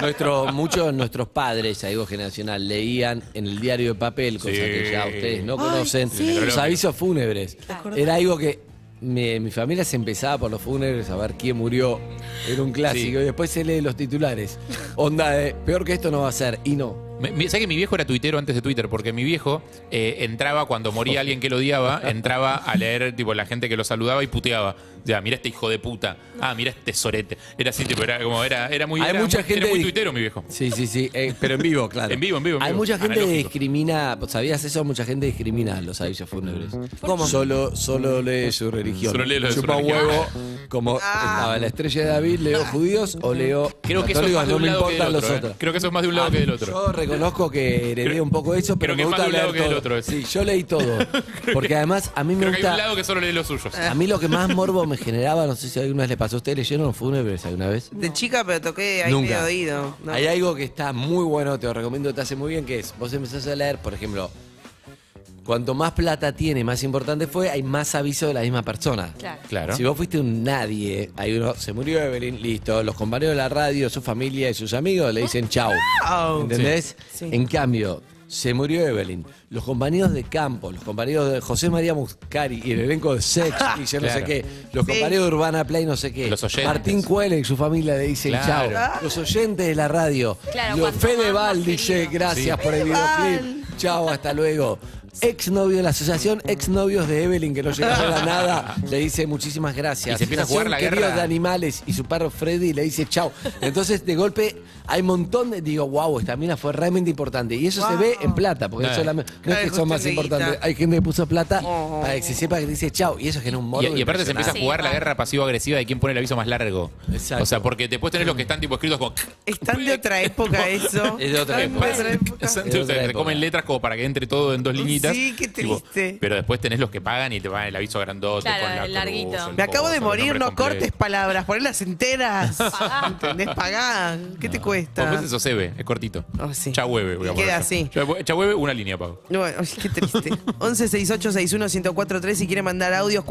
S8: Nuestro, muchos de nuestros padres, hay algo generacional, leían en el diario de papel, cosa
S10: Sí.
S8: que ya ustedes no conocen,
S10: sí.
S8: los avisos fúnebres. Era algo que mi, mi familia se empezaba por los fúnebres a ver quién murió. Era un clásico.
S10: Sí.
S8: Y después se lee los titulares. Onda de, peor que esto no va a ser. Y no.
S10: Me- me- ¿Sabés que mi viejo era tuitero antes de Twitter? Porque mi viejo eh, entraba cuando moría alguien que lo odiaba, entraba a leer tipo la gente que lo saludaba y puteaba. Ya, mira este hijo de puta. Ah, mira este sorete. Era así, tipo, era como, era, era muy,
S8: Hay
S10: era
S8: mucha
S10: muy-
S8: gente
S10: era muy
S8: de-
S10: tuitero mi viejo.
S8: Sí, sí, sí. eh, pero en vivo, claro.
S10: En vivo, en vivo, Ah, en
S8: Hay
S10: vivo.
S8: mucha gente que
S10: Analógico.
S8: discrimina, ¿sabías eso? Mucha gente discrimina los avisos fúnebres. Solo, solo lee su religión.
S10: Solo lee lo de su
S8: Chupa
S10: religión.
S8: huevo, como estaba la estrella de David, leo judíos o leo
S10: Creo que eso es
S8: católicos,
S10: más de
S8: no
S10: un
S8: me
S10: lado que
S8: importan
S10: del
S8: los
S10: otro.
S8: otros.
S10: ¿eh? Creo que eso es más de un lado que del otro.
S8: Yo reconozco que heredé un poco eso, pero
S10: creo
S8: me
S10: que es más
S8: gusta
S10: de un
S8: leer
S10: lado que del
S8: todo.
S10: otro, es.
S8: Sí, yo leí todo. Porque además a mí me
S10: Creo que hay un
S8: gusta...
S10: lado que solo lee los suyos.
S8: A mí lo que más morbo me generaba, no sé si alguna vez le pasó a ustedes, ¿leyeron los fúnebres alguna vez?
S9: De chica, pero toqué ahí
S8: Nunca.
S9: medio oído. No.
S8: Hay algo que está muy bueno, te lo recomiendo, te hace muy bien, que es, vos empezás a leer, por ejemplo, Cuanto más plata tiene, más importante fue, hay más aviso de la misma persona.
S13: Claro.
S10: Claro.
S8: Si vos fuiste un nadie, hay uno, se murió Evelyn, listo. Los compañeros de la radio, su familia y sus amigos le dicen chau. ¿Entendés?
S9: Sí. Sí.
S8: En cambio, se murió Evelyn. Los compañeros de campo, los compañeros de José María Muscari y el elenco de Sex y yo no sé
S10: Claro.
S8: qué. Los
S9: Sí.
S8: compañeros de Urbana Play, no sé qué.
S10: Los oyentes.
S8: Martín Cuele y su familia le dicen
S10: Claro.
S8: chau. Los oyentes de la radio.
S13: Claro,
S8: Los
S13: cuanto
S8: Fedeval dice gracias por el videoclip. Chau, hasta luego. Exnovio de la asociación, exnovios de Evelyn, que no llegaron a nada, le dice muchísimas gracias.
S10: Y se empieza a jugar la
S8: Asociación
S10: guerra.
S8: Queridos de animales y su perro Freddy le dice chau. Entonces, de golpe, hay un montón de. Digo, wow, esta mina fue realmente importante. Y eso se ve en plata, porque
S10: Eh.
S8: solamente, no es
S9: Claro,
S8: que son más
S9: cuestión de
S8: importantes.
S9: guita.
S8: Hay gente que puso plata para que se sepa que dice chau. Y eso genera un
S10: Y,
S8: morbo.
S10: y aparte se empieza a
S13: Sí,
S10: jugar la
S13: va.
S10: guerra pasivo-agresiva de quién pone el aviso más largo.
S8: Exacto.
S10: O sea, porque después tenés los que están tipo escritos como...
S9: Es tan de otra época eso.
S8: Es de otra
S9: Tan
S8: época.
S9: época.
S10: Son-
S8: Es de
S10: o sea,
S8: otra
S10: te
S8: época.
S10: comen letras como para que entre todo en dos liñitas.
S9: Sí, qué
S10: Tipo,
S9: triste.
S10: pero después tenés los que pagan y te van el aviso grandote.
S13: Claro,
S10: con la
S13: el
S10: cruz,
S13: larguito.
S10: el
S9: Me acabo de
S10: coso, el
S9: morir,
S10: nombre
S9: no
S10: completo.
S9: cortes palabras, ponelas enteras.
S13: Pagá.
S9: ¿Entendés? Pagá. ¿Qué te cuesta?
S10: Después eso se ve, es cortito.
S9: Ah, sí.
S10: Chahueve, voy a
S9: Y
S10: poner
S9: queda
S10: yo.
S9: así.
S10: Yo- Chahueve, una línea, pago.
S9: Bueno, ay, qué triste. 1168611043 si quiere mandar audios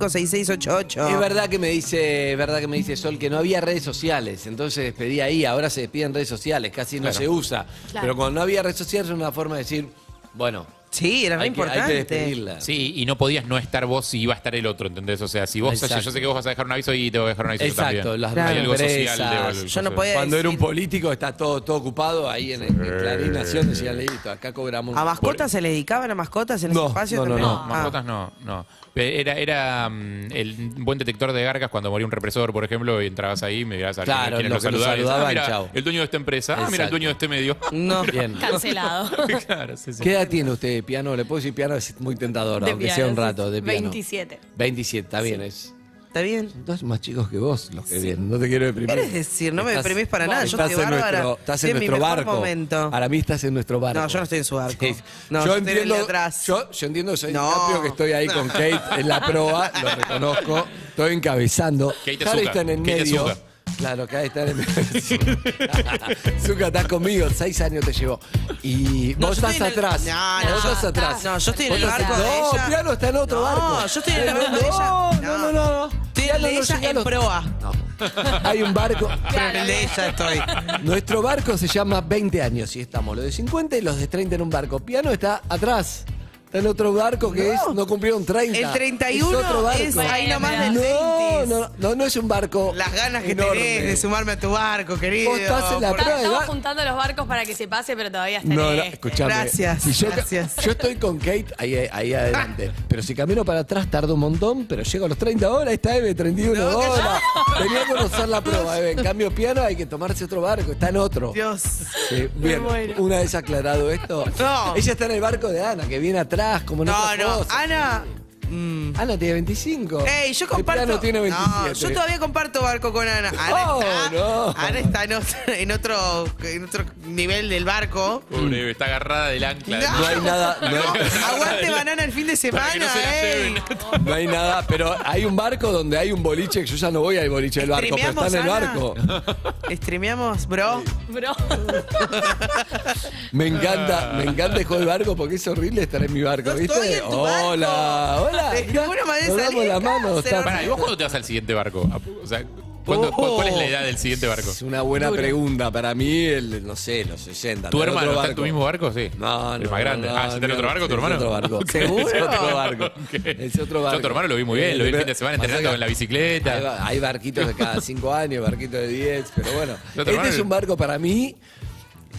S9: 47756688.
S8: Es verdad que me dice, es verdad que me dice Sol que no había redes sociales, entonces se despedía ahí, ahora se despiden redes sociales, casi no
S10: Claro.
S8: se usa.
S13: Claro.
S8: Pero cuando no había redes sociales era una forma de decir, bueno,
S9: Sí, era re
S8: hay que, hay que
S9: importante.
S8: despedirla.
S10: Sí, y no podías no estar vos si iba a estar el otro, ¿entendés? O sea, si vos,
S8: Exacto.
S10: yo sé que vos vas a dejar un aviso y te voy a dejar un aviso yo
S8: Exacto,
S10: también.
S8: las
S10: Hay algo
S8: empresas.
S10: social. de-
S9: Yo no
S10: de-
S9: podía-
S8: Cuando era un
S9: decir-
S8: político está todo, todo ocupado ahí en, el en Clarín Nación, decía Leito, acá cobramos.
S9: ¿A mascotas se le dedicaban a mascotas en
S8: No,
S9: ese espacio
S8: no, no,
S9: también?
S10: No,
S9: Ah.
S10: mascotas no, no. Era, era mm, el buen detector de gargas cuando moría un represor, por ejemplo, y entrabas ahí, mirabas a
S8: Claro,
S10: quiénes
S8: los que lo
S10: saludaban, y decías,
S8: saludaban,
S10: mira,
S8: chao.
S10: el dueño de esta empresa, ah, mira, el
S8: Exacto.
S10: dueño de este medio.
S9: No.
S8: Bien.
S13: Cancelado.
S10: claro, sí, sí.
S8: ¿Qué edad tiene usted, piano? Le puedo decir piano, es muy tentador,
S13: De
S8: aunque sea un
S13: piano,
S8: rato, de piano.
S13: 27.
S8: 27, está bien, es.
S9: ¿Está bien?
S8: Dos más chicos que vos, los que vienen, no te quiero deprimir.
S9: Quieres decir, no me
S8: Estás-
S9: deprimís para nada, yo
S8: Estás
S9: estoy
S8: en
S9: bárbara.
S8: nuestro, estás
S9: Estoy
S8: en
S9: en mi
S8: nuestro
S9: mejor
S8: barco.
S9: momento.
S8: Para mí estás en nuestro barco.
S9: No, yo no estoy en su barco.
S8: Sí.
S9: No, yo
S8: yo,
S9: estoy en el de
S8: entiendo,
S9: atrás.
S8: Yo, yo entiendo, soy
S9: No.
S8: DiCaprio, que estoy ahí con Kate en la proa, lo reconozco, estoy encabezando.
S10: Kate es
S8: Harry
S10: Zucca,
S8: está en el
S10: Kate es
S8: medio.
S10: Zucca.
S8: Claro, acá está en el medio. Zucca, estás conmigo, seis años te llevó. Y
S9: No,
S8: vos
S9: yo
S8: estás
S9: estoy en el-
S8: atrás.
S9: No,
S8: vos
S9: no,
S8: estás
S9: no,
S8: atrás.
S9: Ah, no, yo estoy en
S8: Vos
S9: el
S8: estás-
S9: barco de
S8: No,
S9: ella.
S8: Piano está en otro
S9: No,
S8: barco.
S9: yo estoy en el barco de ella.
S8: No, no, no. no.
S9: Estoy en
S8: Piano
S9: el de
S8: no
S9: ella
S8: llega
S9: en
S8: a los-
S9: proa.
S8: No. Hay un barco.
S9: Pero en el de ella estoy.
S8: Nuestro barco se llama 20 años y estamos los de 50 y los de 30 en un barco. Piano está atrás. Está en otro barco que es. No cumplieron 30.
S9: El 31
S8: es, otro barco.
S9: es ahí nomás del
S8: no,
S9: 20s.
S8: no, no, no es un barco.
S9: Las ganas que
S8: enorme.
S9: tenés de sumarme a tu barco, querido.
S8: Vos estás en la
S9: Por-
S8: proa de
S7: Estamos
S8: bar-
S7: juntando los barcos para que se pase, pero todavía está
S8: No,
S7: en
S8: no,
S7: este.
S8: escuchame.
S9: Gracias,
S8: Si yo,
S9: gracias. Ah.
S8: yo estoy con Kate ahí, ahí adelante. Pero si camino para atrás tardo un montón, pero llego a los 30 horas, está Eve, 31
S9: No, que
S8: horas. Tenía que conocer la prueba, Eve. En cambio, piano hay que tomarse otro barco, está en otro.
S9: Dios.
S8: Sí, bien, una vez aclarado esto.
S9: No.
S8: Ella está en el barco de Ana, que viene atrás, como en
S9: No,
S8: otras
S9: no,
S8: cosas.
S9: Ana. mm.
S8: Ana tiene 25.
S9: Ey, yo
S8: El
S9: comparto.
S8: plano tiene 27.
S9: No, yo todavía comparto barco con Ana. Ana
S8: Oh,
S9: está,
S8: no.
S9: Ana está en otro, en otro, en otro nivel del barco.
S10: Pobre, está agarrada del ancla.
S9: No.
S8: No hay nada, no,
S9: Aguante banana el fin de
S10: Para que no
S9: semana,
S10: se la
S9: eh.
S10: lleven.
S8: no hay nada, pero hay un barco donde hay un boliche, que yo ya no voy al boliche del barco, pero está en el barco.
S9: ¿Streameamos, eh. Streameamos, bro.
S13: Bro.
S8: Me encanta, me encanta el juego del barco porque es horrible estar en mi barco,
S9: No
S8: ¿viste?
S9: estoy en tu barco.
S8: hola, hola.
S9: De
S8: mirá,
S9: ninguna manera
S8: nos
S9: salí
S8: damos
S9: de
S8: la
S9: casa,
S8: mano.
S9: era
S8: está-
S10: Pará, ¿y vos cuándo te vas al siguiente barco? O sea, ¿cuándo-
S9: Oh.
S10: cuál, cuál es la edad del siguiente barco?
S8: Es una buena pregunta para mí, el, no sé, los 60.
S10: ¿Tu
S8: el
S10: hermano
S8: otro
S10: está en tu
S8: barco.
S10: mismo barco? Sí.
S8: No, no.
S10: El más grande.
S8: no,
S10: ah, ¿está en el
S8: no,
S10: otro barco tu
S8: es
S10: hermano?
S8: otro barco.
S10: Ok,
S8: ¿Seguro? Es otro barco.
S10: Ok.
S8: Es otro
S10: Yo a
S8: barco.
S10: tu hermano lo vi muy bien, lo vi el
S8: Eh,
S10: fin de semana
S8: pasa
S10: entrenando
S8: que
S10: en la bicicleta.
S8: Hay, ba- hay barquitos de cada cinco años, barquitos de 10, pero bueno.
S10: tu
S8: Este
S10: hermano-
S8: es un barco para mí.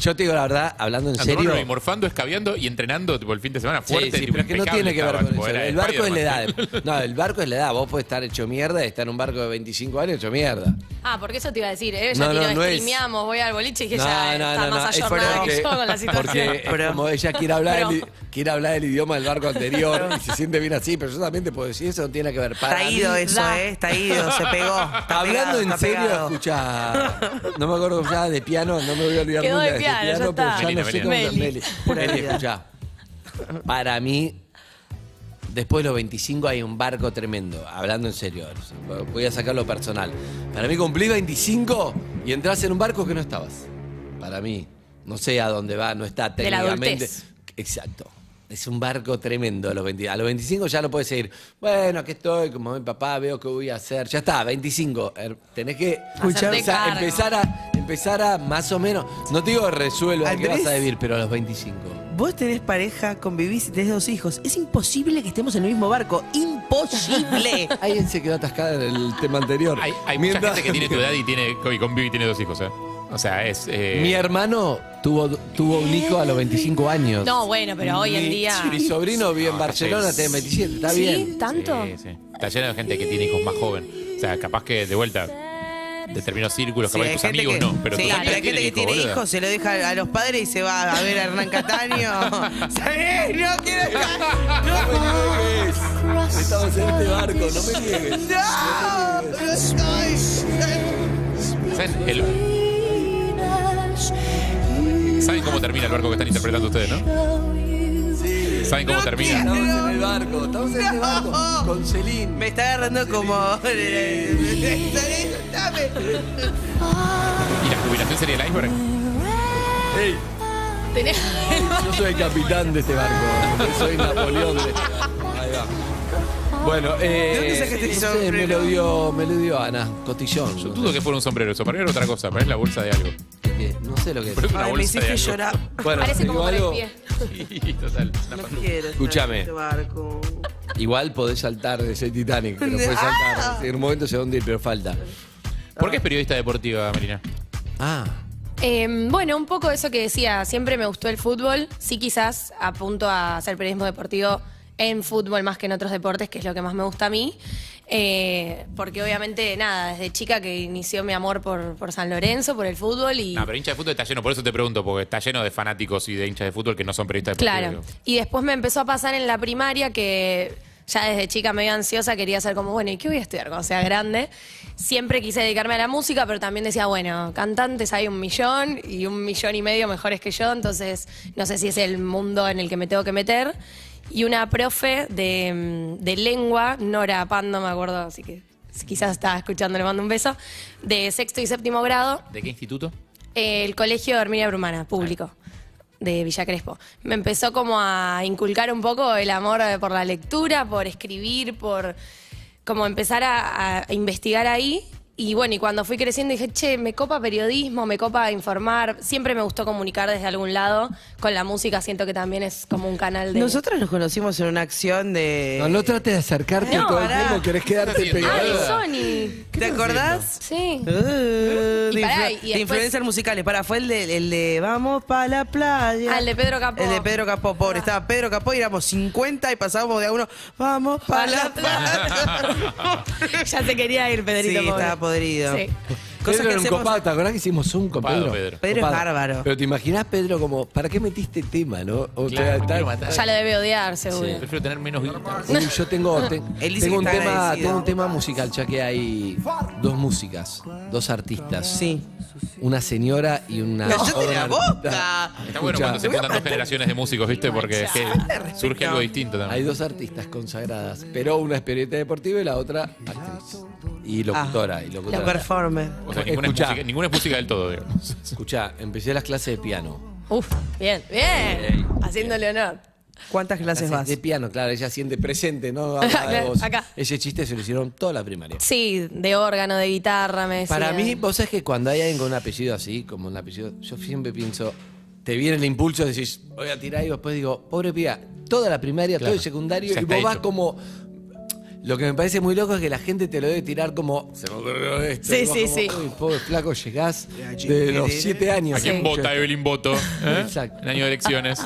S8: Yo te digo la verdad, hablando en
S10: A tu hermano
S8: serio.
S10: lo vi morfando, escabeando y entrenando tipo, el fin de semana fuerte.
S8: Sí, sí,
S10: tipo,
S8: pero es que no
S10: impecable
S8: tiene que ver
S10: estaba,
S8: con
S10: tipo,
S8: eso.
S10: era
S8: El barco es la edad.
S10: Spider-Man.
S8: No, el barco es la edad. Vos podés estar hecho mierda y estar en un barco de 25 años hecho mierda.
S13: Ah, porque eso te iba a decir. eh, ya
S8: No, no,
S13: tiró,
S8: no es-
S13: streameamos, voy al boliche y que ya está más
S8: es
S13: ayornada
S8: porque-
S13: que yo con la situación.
S8: Porque es como ella quiere hablar,
S13: Pero-
S8: el, quiere hablar el idioma del barco anterior y se siente bien así, pero yo también te puedo decir, eso no tiene que ver. Para
S9: Está
S8: mí,
S9: ido eso, eh. Está ido, se pegó. Está
S8: Hablando
S9: pegado,
S8: en
S9: está
S8: serio,
S9: pegado.
S8: escucha. No me acuerdo ya de piano, no me voy a olvidar
S13: Quedó
S8: nunca
S13: de piano, ya
S8: piano,
S13: está.
S8: pero ya no
S10: Meli,
S8: sé cómo
S13: Meli.
S8: es Meli.
S9: Pura
S8: Meli,
S9: vida.
S8: escucha. Para mí, después de los 25 hay un barco tremendo. Hablando en serio, voy a sacar lo personal. Para mí cumplís 25 y entras en un barco que no estabas. Para mí, no sé a dónde va, no está
S13: De la
S8: técnicamente.
S13: adultez.
S8: Exacto. Es un barco tremendo a los 20. A los 25 ya no puedes seguir. Bueno, aquí estoy, como mi papá, veo qué voy a hacer. Ya está, 25. Er, Tenés que
S9: Escuchá. Hacerte
S8: empezar-
S9: cargo.
S8: empezar, a, empezar a más o menos. No te digo resuelva que
S9: Andrés.
S8: vas a vivir, pero a los 25.
S9: Vos tenés pareja, convivís y tenés dos hijos. Es imposible que estemos en el mismo barco. ¡Imposible!
S8: Alguien se quedó atascada en el tema anterior.
S10: Hay, hay mucha gente que tiene tu edad y tiene y convive y tiene dos hijos, ¿eh? O sea, es. eh,
S8: Mi hermano tuvo, tuvo un hijo a los 25 años.
S7: No, bueno, pero hoy en
S8: Mi-
S7: día.
S8: Mi sobrino vive en
S10: No, está
S8: Barcelona,
S10: bien.
S8: tiene 27, está
S7: ¿Sí?
S8: bien.
S7: ¿Tanto?
S10: eh, Sí, sí. Está lleno de gente que tiene hijos más joven. O sea, capaz que de vuelta, determinados círculos,
S9: Sí,
S10: capaz
S9: hay
S10: tus
S9: gente
S10: amigos
S9: que-
S10: no, pero
S9: sí, pero
S10: tus amigos
S9: hay gente que
S10: tienen
S9: tiene
S10: hijos, boluda.
S9: hijos, se lo deja a los padres y se va a ver a Hernán Cataño. ¿Sabés? ¡No quiero
S8: No, no. Estamos en este barco, no me niegues.
S10: ¿Saben, el- ¿Saben cómo termina el barco que están interpretando ustedes, no? ¿Saben cómo termina?
S8: Estamos en el barco, estamos en este barco con Celine.
S9: Me está agarrando como. Dame.
S10: ¿Y la jubilación sería el iceberg?
S8: Ey,
S13: Tenés-
S8: yo soy el capitán de este barco, soy Napoleón. de- Ahí va. Bueno, eh,
S9: ¿De dónde sacaste ese
S8: no sé, me
S9: sombrero?
S8: lo dio, me lo dio Ana, cotillón.
S10: Yo
S8: no
S10: dudo que fuera un sombrero eso. Para mí era otra cosa, para mí es la bolsa de algo.
S8: sé qué, No sé lo que es.
S10: Pero es una
S9: Ay, me
S10: bolsa de
S9: hiciste
S10: algo.
S9: llorar.
S8: Bueno,
S7: Parece
S8: te
S7: como
S8: digo
S7: tres
S8: algo,
S7: pies.
S10: Sí, total. es una
S9: No
S10: paluca.
S9: quiero.
S8: Escúchame.
S9: Este barco.
S8: igual podés saltar de ese Titanic, pero podés
S9: Ah.
S8: saltar. En un momento se va a hundir, pero falta.
S10: ¿Por qué es periodista deportiva, Marina?
S8: Ah,
S7: Eh, bueno, un poco eso que decía, siempre me gustó el fútbol, sí quizás apunto a hacer periodismo deportivo en fútbol más que en otros deportes, que es lo que más me gusta a mí, Eh, porque obviamente nada, desde chica que inició mi amor por, por San Lorenzo, por el fútbol y...
S10: No, pero hincha de fútbol está lleno, por eso te pregunto, porque está lleno de fanáticos y de hinchas de fútbol que no son periodistas
S7: Claro.
S10: deportivos.
S7: Y después me empezó a pasar en la primaria que ya desde chica medio ansiosa quería ser como, bueno, ¿y qué voy a estudiar cuando sea grande? Siempre quise dedicarme a la música, pero también decía, bueno, cantantes hay un millón y un millón y medio mejores que yo, entonces no sé si es el mundo en el que me tengo que meter. Y una profe de, mm, de lengua, Nora Pando, me acuerdo, así que si quizás estaba escuchando, le mando un beso, de sexto y séptimo grado,
S10: ¿De qué instituto?
S7: el colegio Herminia Brumana, público, de Villa Crespo. Me empezó como a inculcar un poco el amor eh, por la lectura, por escribir, por como empezar a, a investigar ahí. Y bueno, y cuando fui creciendo dije, che, me copa periodismo, me copa informar. Siempre me gustó comunicar desde algún lado. Con la música siento que también es como un canal de...
S9: Nosotros nos conocimos en una acción de.
S8: no, no trates de acercarte
S7: No,
S8: todo el
S9: pará.
S8: tiempo, querés quedarte
S10: haciendo?
S7: Ah, de
S8: pegada.
S7: Sony.
S9: ¿Te acordás?
S7: Sí.
S9: Uh, de,
S7: Y
S9: influ- de
S7: pará, y después-
S9: influencers musicales. Para, fue el de, el de Vamos para la playa.
S7: Ah, el de Ah. Pedro Capó.
S9: El de Pedro Capó, pobre. Estaba Pedro Capó y éramos 50 y pasábamos de a uno. Vamos para la playa.
S7: ya se quería ir, Pedrito.
S9: Sí,
S7: pobre.
S9: estaba podrido.
S7: Sí.
S9: Cosas
S8: Pedro
S9: que
S8: era un
S9: hacemos-
S8: copado, ¿te acordás que hicimos Zoom con
S10: Copado,
S8: Pedro?
S10: Pedro.
S9: Pedro es bárbaro.
S8: Pero te imaginás, Pedro, como, ¿para qué metiste tema, no? O
S10: Claro, me
S8: tal-
S10: quiero matar.
S7: Ya lo debe odiar, seguro.
S10: Prefiero tener menos guita.
S8: Uy, yo tengo, te-
S9: Él dice
S8: tengo,
S9: que
S8: un
S9: está
S8: tema,
S9: agradecido.
S8: tengo un tema musical, ya que hay dos músicas, dos artistas.
S9: Sí.
S8: Una señora y una.
S9: ¡Cállate
S8: otra
S9: la
S8: artista.
S9: boca!
S10: Está bueno cuando se
S8: Escuchá,
S10: juntan dos generaciones de músicos, ¿viste? Porque es que surge algo distinto
S8: Hay
S10: también.
S8: dos artistas consagradas, pero una es periodista deportiva y la otra actriz. Y locutora. y
S9: Los
S8: locutora.
S9: performers.
S10: O sea, ninguna es,
S8: Escuchá.
S10: música, ninguna es música del todo, digamos.
S8: Escuchá, empecé las clases de piano.
S7: Uf, bien, bien. Haciéndole honor.
S9: ¿Cuántas clases vas?
S8: de piano, claro, ella siente presente, ¿no? Habla de
S7: Claro,
S8: vos.
S7: acá.
S8: Ese chiste se lo hicieron toda la primaria.
S7: Sí, de órgano, de guitarra, me decían.
S8: Para mí, vos sabés que cuando hay alguien con un apellido así, como un apellido, yo siempre pienso, te viene el impulso, decís, voy a tirar y después digo, pobre piba, toda la primaria, todo el secundario,
S10: Ya
S8: y
S10: está
S8: vos vas
S10: hecho.
S8: como. Lo que me parece muy loco es que la gente te lo debe tirar como. Se me ocurrió esto.
S7: Sí,
S8: y vos
S7: sí,
S8: como,
S7: sí.
S8: "Uy, pobre flaco, llegás de los siete años.
S10: ¿A quién
S8: Sí.
S10: vota Evelyn Voto? ¿eh?
S8: Exacto.
S10: En año de elecciones.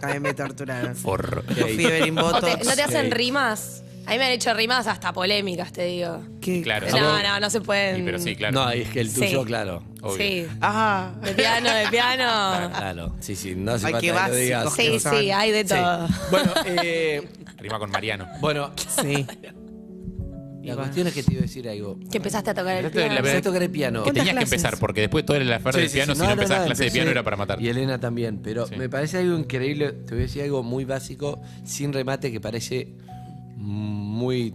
S9: También me torturaron.
S10: Forro.
S9: Yo fui Evelyn
S7: O
S9: Botox.
S7: te- ¿No te hacen
S8: Ok.
S7: rimas? A mí me han hecho rimas hasta polémicas, te digo.
S9: ¿Qué?
S10: Claro.
S7: No, em, no, no se pueden.
S10: Sí, pero sí, claro.
S8: No, y es que el
S7: Sí.
S8: tuyo, claro.
S10: obvio.
S7: Sí.
S9: Ah.
S7: De piano, de
S8: Claro,
S7: piano.
S8: claro. Sí, sí, no hace
S9: Ay,
S8: falta
S9: qué
S8: que lo
S9: básico.
S8: digas.
S7: Sí,
S9: Claro.
S7: sí, hay de
S8: Sí.
S7: todo.
S8: Bueno, eh,
S10: Rima con Mariano.
S8: bueno,
S9: Sí.
S8: la cuestión es que te iba a decir algo.
S7: Que empezaste a tocar el
S10: Empezaste
S7: piano.
S10: la-
S8: Empecé a tocar el piano.
S10: Que
S9: ¿Cuántas
S10: tenías que
S9: clases?
S10: empezar, porque después toda la aferra
S8: Sí,
S10: del
S8: sí,
S10: piano,
S8: sí.
S10: si no
S8: No, no,
S10: empezabas
S8: no,
S10: clase de
S8: empecé-
S10: piano era para matar.
S8: Y Elena también, pero
S10: Sí.
S8: me parece algo increíble. Te voy a decir algo muy básico, sin remate, que parece muy.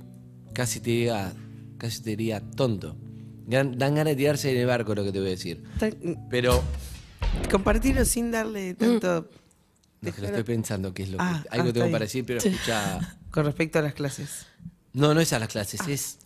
S8: casi te diga. casi te diría tonto. Gan- Dan ganas de tirarse en el barco lo que te voy a decir.
S9: Tan-
S8: Pero
S9: Compartirlo sin darle tanto.
S8: No, que lo
S9: Dejaron-
S8: estoy pensando qué es lo que.
S9: Ah,
S8: Algo
S9: ah,
S8: tengo
S9: está
S8: para
S9: bien.
S8: decir, pero
S9: Sí.
S8: escucha.
S9: Con respecto a las clases.
S8: No, no es a las clases, es.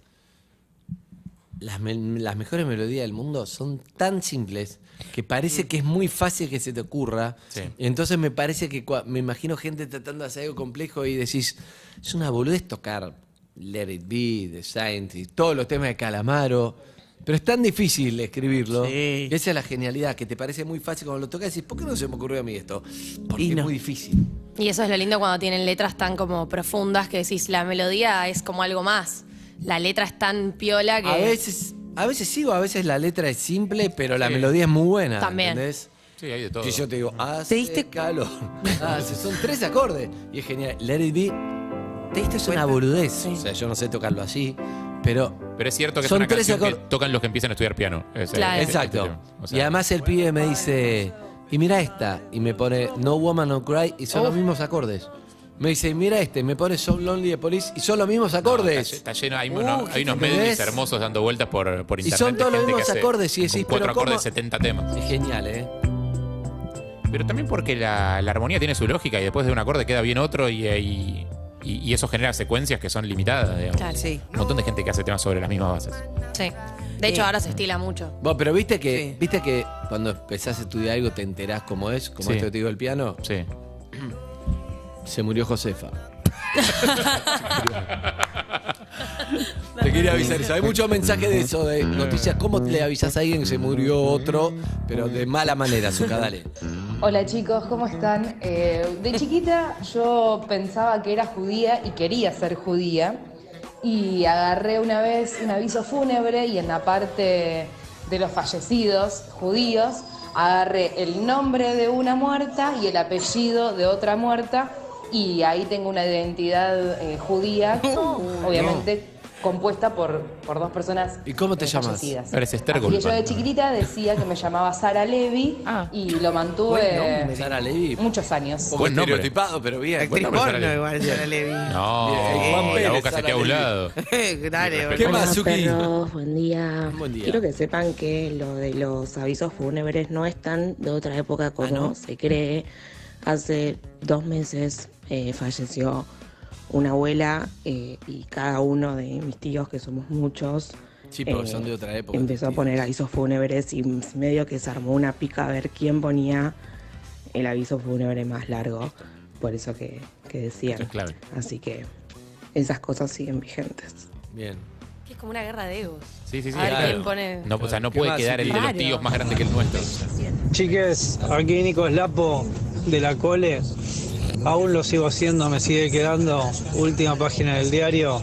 S8: Las, me- las mejores melodías del mundo son tan simples que parece que es muy fácil que se te ocurra.
S10: Sí.
S8: Entonces me parece que cua- me imagino gente tratando de hacer algo complejo y decís, es una boludez tocar Let It Be, The Scientist, todos los temas de Calamaro. Pero es tan difícil escribirlo. que Esa es la genialidad, que te parece muy fácil cuando lo tocas y decís, ¿por qué no se me ocurrió a mí esto? Porque es muy difícil.
S7: Y eso es lo lindo cuando tienen letras tan como profundas que decís, la melodía es como algo más. La letra es tan piola que...
S8: A veces, a veces sí, o a veces la letra es simple, pero la
S10: Sí.
S8: melodía es muy buena.
S7: También.
S8: ¿Entendés?
S10: Sí, hay de todo.
S8: Si yo te digo, hace calor. hace- son tres acordes. Y es genial. Let it be. Te diste es una boludez. O sea, yo no sé tocarlo así, pero.
S10: Pero es cierto que es
S8: Son
S10: una
S8: tres
S10: canción que
S8: acor-
S10: tocan los que empiezan a estudiar piano. Ese- ese- ese
S8: Exacto.
S10: tema. O
S8: y
S10: sea,
S8: además el pibe me dice, y mira esta. Y me pone No Woman No Cry y son
S10: Oh.
S8: los mismos acordes. Me dice, mira este, me pone So Lonely de Police y son los mismos acordes.
S10: Está lleno, hay,
S8: Uh,
S10: unos, hay unos
S8: ¿entendés?
S10: medios hermosos dando vueltas por, por
S8: Y
S10: internet.
S8: son
S10: de
S8: todos los
S10: gente que
S8: mismos
S10: hace
S8: acordes, y
S10: con
S8: decís,
S10: cuatro
S8: pero
S10: acordes,
S8: ¿cómo?
S10: 70 temas.
S8: Es genial, ¿eh?
S10: Pero también porque la, la armonía tiene su lógica y después de un acorde queda bien otro y, y, y- y eso genera secuencias que son limitadas. digamos.
S7: Claro. Sí.
S10: Un montón de gente que hace temas sobre las mismas bases.
S7: Sí. De hecho,
S8: Sí.
S7: ahora se estila mucho.
S8: Vos, pero viste que, viste que cuando empezás a estudiar algo te enterás cómo es, como
S10: Sí.
S8: esto que te digo el piano.
S10: Sí.
S8: Se murió Josefa. Te quería avisar eso. Hay muchos mensajes de eso, de noticias. ¿Cómo le avisás a alguien que se murió otro, pero de mala manera, su cadale?
S14: Hola chicos, ¿cómo están? Eh, de chiquita yo pensaba que era judía y quería ser judía. Y agarré una vez un aviso fúnebre y en la parte de los fallecidos judíos agarré el nombre de una muerta y el apellido de otra muerta. Y ahí tengo una identidad eh, judía, obviamente compuesta por, por dos personas
S8: ¿Y cómo te llamas?
S14: fallecidas.
S10: Eres Esther
S14: Y yo
S10: Goldman.
S14: de chiquitita decía que me llamaba Sara Levy y lo
S8: Buen
S14: mantuve
S8: nombre, Sara Levy.
S14: muchos años.
S8: Poco
S10: Buen nombre.
S8: estereotipado, pero bien.
S10: Actriz Buen nombre, porno Sara igual, Levy.
S9: Sara Levy.
S10: No,
S8: Bien, Juan
S10: Oh, la
S8: Pérez,
S10: boca se
S8: Sara
S10: queda a un
S8: Levy.
S10: lado.
S9: Dale, boludo.
S15: Hola, perros, buen día.
S8: Buen día.
S15: Quiero que sepan que lo de los avisos fúnebres no es tan de otra
S8: Ah,
S15: época como se cree. Hace dos meses eh, falleció una abuela eh, y cada uno de mis tíos, que somos muchos,
S8: Sí, porque
S15: eh,
S8: son de otra época.
S15: empezó a poner avisos fúnebres y medio que se armó una pica a ver quién ponía el aviso fúnebre más largo, por eso que, que decían. Así que esas cosas siguen vigentes.
S8: Bien.
S7: Es como una guerra de egos.
S10: Sí, sí, sí.
S7: A ver
S10: claro.
S7: quién pone...
S10: No, pues, o sea, no
S7: ¿Qué
S10: puede
S7: más,
S10: quedar el de los
S7: Claro.
S10: tíos más grande que el nuestro.
S16: Chiques, aquí Nico Lapo de la Cole. Aún lo sigo haciendo, me sigue quedando. Última página del diario.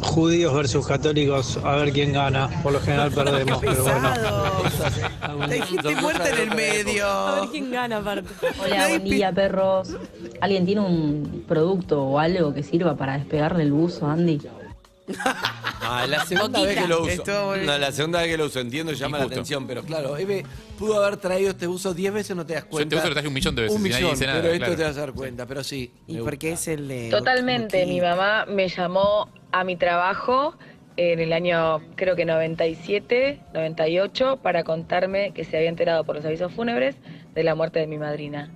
S16: Judíos versus católicos, a ver quién gana. Por lo general perdemos, pero bueno.
S9: Hay gente muerta en el medio. A ver
S7: quién gana, aparte.
S17: Hola, buen día, perros. ¿Alguien tiene un producto o algo que sirva para despegar del buzo, Andy?
S8: Ah, la segunda
S17: Boquita.
S8: vez que lo uso.
S17: Estuvo
S8: No, la segunda vez que lo uso, entiendo, llama la atención, pero claro, Eve pudo haber traído este uso 10 veces, no te das cuenta.
S10: este uso lo traje un millón de veces
S8: Un
S10: y nadie
S8: millón,
S10: dice nada,
S8: pero
S10: claro.
S8: esto te vas a dar cuenta, pero sí.
S9: ¿Y por qué es el de.?
S17: Totalmente. Mi mamá me llamó a mi trabajo en el año, creo que 97, 98, para contarme que se había enterado por los avisos fúnebres de la muerte de mi madrina.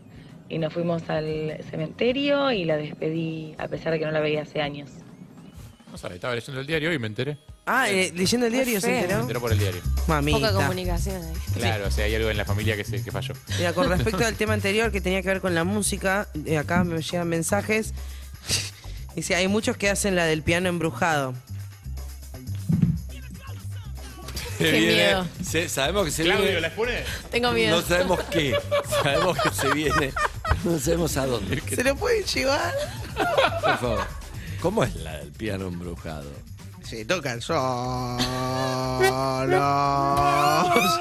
S17: Y nos fuimos al cementerio y la despedí, a pesar de que no la veía hace años.
S10: No sabe, estaba leyendo el diario y me enteré.
S9: Ah, eh, leyendo el diario se
S10: Me
S9: enteró.
S10: enteró por el diario.
S9: Mamita.
S7: Poca comunicación ahí.
S10: Claro, o sea, hay algo en la familia que, se, que falló.
S9: Mira, Eh, con respecto al tema anterior que tenía que ver con la música, eh, acá me llegan mensajes. Dice, hay muchos que hacen la del piano embrujado.
S8: Se
S9: Qué
S8: viene-
S9: miedo.
S8: se- sabemos que se
S9: Claudio,
S8: viene.
S9: ¿la expone?
S7: Tengo miedo.
S8: No sabemos qué. Sabemos que se viene. No sabemos a dónde.
S9: ¿Se lo pueden llevar?
S8: Por favor. ¿Cómo es la del piano embrujado?
S9: Se tocan solos.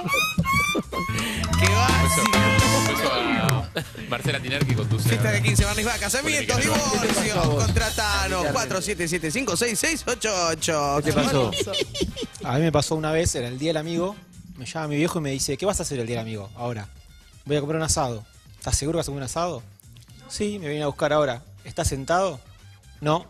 S10: Empezó a Marcela Tiner que conduce.
S9: Fiesta de 15 barris vacas, casamientos, divorcios, contratanos, 47756688.
S12: ¿Qué te pasó? A mí me pasó una vez, era el día del amigo, me llama mi viejo y me dice, ¿qué vas a hacer el día del amigo ahora? Voy a comprar un asado. ¿Estás seguro que vas a comer un asado? Sí, me viene a buscar ahora. ¿Estás sentado? No.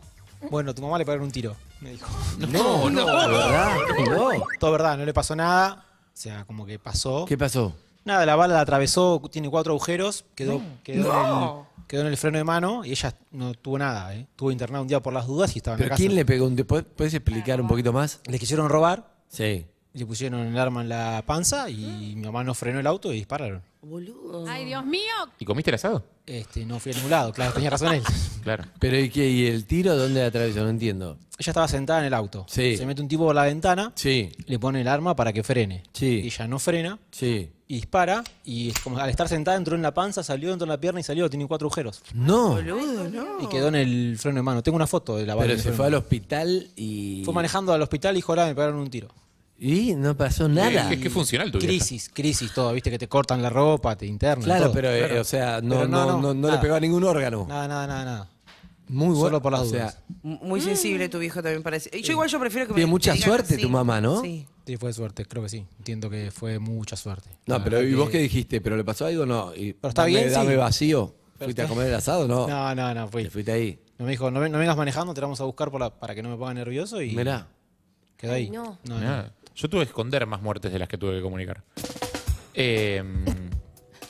S12: Bueno, tu mamá le pagaron un tiro, me dijo.
S8: No, no, no. ¿verdad? No.
S12: Todo verdad, no le pasó nada. O sea, como que pasó.
S8: ¿Qué pasó?
S12: Nada, la bala la atravesó, tiene cuatro agujeros, quedó,
S1: No.
S12: quedó,
S1: No.
S12: en el, quedó en el freno de mano y ella no tuvo nada. ¿eh? Estuvo internada un día por las dudas y estaba en
S8: ¿Pero
S12: la casa.
S8: quién le pegó? un tiro? ¿Puedes puedes explicar un poquito más?
S12: Le quisieron robar,
S8: Sí.
S12: le pusieron el arma en la panza y mi mamá no frenó el auto y dispararon.
S13: Boludo. Ay, Dios mío.
S10: ¿Y comiste el asado?
S12: Este, no fui a ningún lado, claro, tenía razón él.
S10: Claro.
S8: ¿Pero y, qué, y el tiro dónde atravesó? No entiendo.
S12: Ella estaba sentada en el auto.
S8: Sí.
S12: Se mete un tipo por la ventana,
S8: Sí.
S12: le pone el arma para que frene.
S8: Sí.
S12: Ella no frena,
S8: Sí.
S12: y dispara, y es como al estar sentada entró en la panza, salió, entró en la pierna y salió, tiene cuatro agujeros.
S8: No.
S9: Boludo, no.
S12: Y quedó en el freno de mano. Tengo una foto de la bala. en
S8: Pero
S12: el
S8: se
S12: freno
S8: fue
S12: de
S8: al
S12: mano.
S8: hospital y.
S12: Fue manejando al hospital y dijo, ahora me pegaron un tiro.
S8: Y no pasó nada.
S10: Es que es funcional tu vieja.
S12: Crisis, crisis, todo, viste que te cortan la ropa, te internan.
S8: Claro,
S12: todo.
S8: pero, eh, o sea, no,
S12: Pero
S8: no, no, no le
S12: nada.
S8: pegó a ningún órgano.
S12: Nada, nada, nada, nada.
S8: Muy bueno.
S12: Solo por las
S8: o sea,
S12: dudas.
S9: M- Muy sensible tu viejo también parece. Y Yo igual yo prefiero que me
S8: Tiene
S9: me
S8: mucha
S9: digan
S8: suerte
S9: así.
S8: tu mamá, ¿no?
S9: Sí.
S12: Sí, fue suerte, creo que sí. Entiendo que fue mucha suerte.
S8: No,
S12: La
S8: pero
S12: verdad
S8: ¿y vos
S12: que-
S8: qué dijiste? ¿Pero le pasó algo o no? Y
S12: Pero está
S8: dame-
S12: bien, sí.
S8: Dame vacío. ¿Fuiste a
S12: está-
S8: comer el asado o no?
S12: No, no, no, fui.
S8: Te fuiste ahí.
S12: Me dijo, no, ven- no vengas manejando, te vamos a buscar por la- para que no me ponga nervioso y
S8: Mirá.
S12: quedó ahí.
S7: Ay, no.
S12: No, no.
S10: Nada. Yo tuve que esconder más muertes de las que tuve que comunicar. Eh,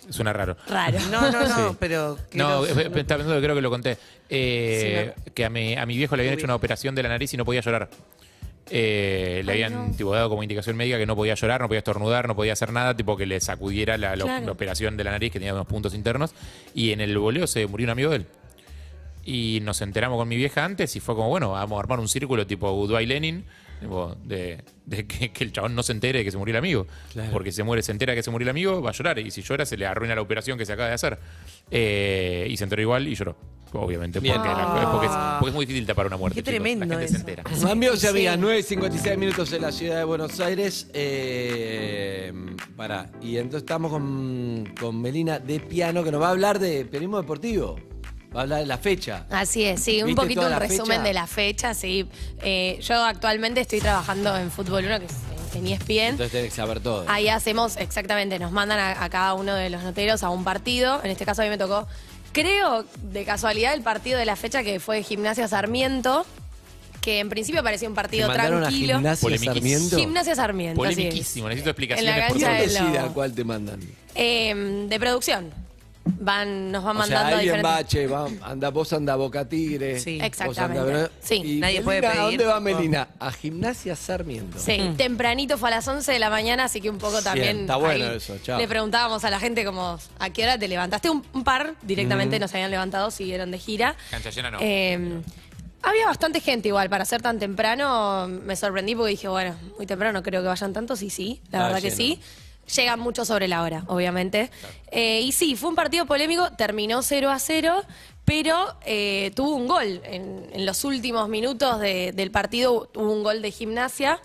S10: suena raro.
S7: Raro.
S9: No, no, no,
S10: Sí.
S9: pero.
S10: No,
S9: quiero-
S10: eh, eh, estaba pensando que creo que lo conté. Eh, que a mi, a mi viejo le habían hecho una operación de la nariz y no podía llorar. Eh, le habían tipo, dado como indicación médica que no podía llorar, no podía estornudar, no podía hacer nada, tipo que le sacudiera la, la-
S7: Claro.
S10: la operación de la nariz que tenía unos puntos internos. Y en el voleo se murió un amigo de él. Y nos enteramos con mi vieja antes y fue como, bueno, vamos a armar un círculo tipo Udoy Lenin, tipo, de, de que, que el chabón no se entere de que se murió el amigo.
S8: Claro.
S10: Porque se muere, se entera que se murió el amigo, va a llorar. Y si llora, se le arruina la operación que se acaba de hacer. Eh, y se enteró igual y lloró. Obviamente,
S8: Bien.
S10: porque, la- porque es,
S7: Ah.
S10: porque es muy difícil tapar una muerte.
S9: Qué
S10: chicos.
S9: tremendo
S10: La gente
S9: eso.
S10: se entera.
S8: Amigos y amigas, 9.56 minutos en la ciudad de Buenos Aires. Eh, pará. Y entonces estamos con, con Melina de Piano que nos va a hablar de periodismo deportivo. Va a hablar de la fecha.
S7: Así es, sí, un
S8: ¿Viste
S7: poquito
S8: toda la
S7: un resumen
S8: fecha?
S7: de la fecha, sí. Eh, yo actualmente estoy trabajando en Fútbol 1, que es en E ESPN.
S8: Entonces tenés que saber todo.
S7: Ahí hacemos, exactamente, nos mandan a, a cada uno de los noteros a un partido. En este caso a mí me tocó, creo, de casualidad, el partido de la fecha que fue Gimnasia Sarmiento, que en principio parecía un
S8: ¿Te
S7: partido
S8: mandaron a
S7: tranquilo.
S8: Gimnasia
S10: Polemiquísimo.
S8: Sarmiento?
S7: Gimnasia Sarmiento. así es.
S10: Polemiquísimo, necesito
S7: En la
S10: explicaciones.
S7: cancha
S8: ¿Quién
S7: de
S10: favor.
S8: decide
S7: Lobo.
S8: a cuál te mandan?
S7: Em, de producción. Van, nos van
S8: o
S7: mandando
S8: sea,
S7: a
S8: alguien
S7: diferentes.
S8: va, che, va, anda, vos anda Boca Tigre.
S9: Sí.
S8: vos
S7: Exactamente.
S8: andá-
S7: Sí.
S8: Y
S9: Nadie puede
S8: Melina, ¿A
S9: pedir,
S8: dónde va
S9: tipo-
S8: Melina? A Gimnasia Sarmiento.
S7: Sí, tempranito fue a las 11 de la mañana, así que un poco
S8: Bien,
S7: también.
S8: está bueno
S7: ahí
S8: eso, chao.
S7: Le preguntábamos a la gente como, ¿a qué hora te levantaste? Un, un par
S8: Mm.
S7: directamente nos habían levantado, siguieron de gira.
S10: Cancha llena no.
S7: Eh, había bastante gente igual, para ser tan temprano me sorprendí porque dije, bueno, muy temprano no creo que vayan tantos y sí, la
S8: Ah,
S7: verdad que
S8: lleno.
S7: sí. Llegan mucho sobre la hora, obviamente. Eh, y sí, fue un partido polémico, terminó 0 a 0, pero eh, tuvo un gol. En, en los últimos minutos de- del partido hubo un gol de gimnasia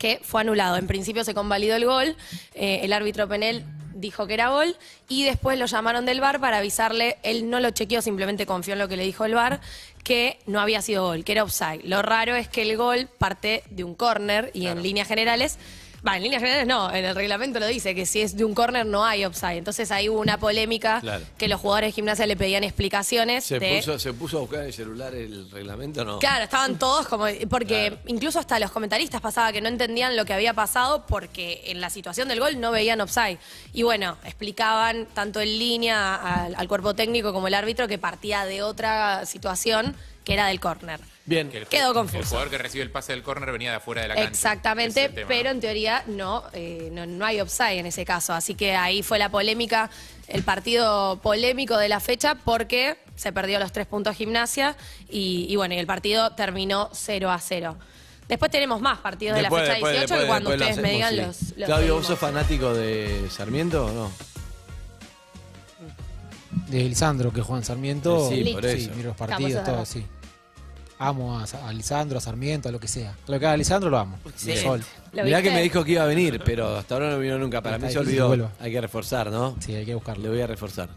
S7: que fue anulado. En principio se convalidó el gol, eh, el árbitro Penel dijo que era gol y después lo llamaron del VAR para avisarle, él no lo chequeó, simplemente confió en lo que le dijo el VAR, que no había sido gol, que era offside. Lo raro es que el gol parte de un córner y en líneas generales... Va, en líneas generales no, en el reglamento lo dice, que si es de un córner no hay offside. Entonces ahí hubo una polémica
S8: Claro.
S7: que los jugadores de gimnasia le pedían explicaciones.
S8: ¿Se,
S7: de-
S8: puso, ¿Se puso a buscar en el celular el reglamento o no?
S7: Claro, estaban todos como. Porque incluso hasta los comentaristas pasaba que no entendían lo que había pasado porque en la situación del gol no veían offside. Y bueno, explicaban tanto en línea al, al cuerpo técnico como el árbitro que partía de otra situación que era del córner.
S8: Bien.
S10: Que el-
S7: Quedó
S10: El
S7: confuso.
S10: jugador que recibe el pase del córner venía de afuera de la cancha. Ese
S7: Exactamente,
S10: es el tema,
S7: pero
S10: ¿no?
S7: en teoría no, eh, no, no hay offside en ese caso. Así que ahí fue la polémica, el partido polémico de la fecha, porque se perdió los tres puntos gimnasia y, y bueno, y el partido terminó 0 a 0. Después tenemos más partidos de la fecha 18 que cuando
S8: después lo
S7: ustedes me digan
S8: hacemos,
S7: los,
S8: sí.
S7: los
S8: Claudio, ¿vos
S7: seguimos.
S8: sos fanático de Sarmiento o no?
S12: De Lisandro, que Juan Sarmiento.
S8: Sí,
S7: por
S12: sí,
S8: eso.
S12: miro los
S7: Estamos de
S12: partidos, todo,
S7: acuerdo.
S12: sí. Amo a, Sa- a Lisandro, a Sarmiento, a lo que sea. Lo que haga Lisandro lo amo.
S9: Sí.
S12: Sol.
S7: ¿Lo
S8: Mirá que
S7: viste?
S8: me dijo que iba a venir, pero hasta ahora no vino nunca. Para
S12: Está
S8: mí se
S12: difícil
S8: olvidó.
S12: que vuelva.
S8: Hay que reforzar, ¿no?
S12: Sí, hay que buscarlo.
S8: Le voy a reforzar.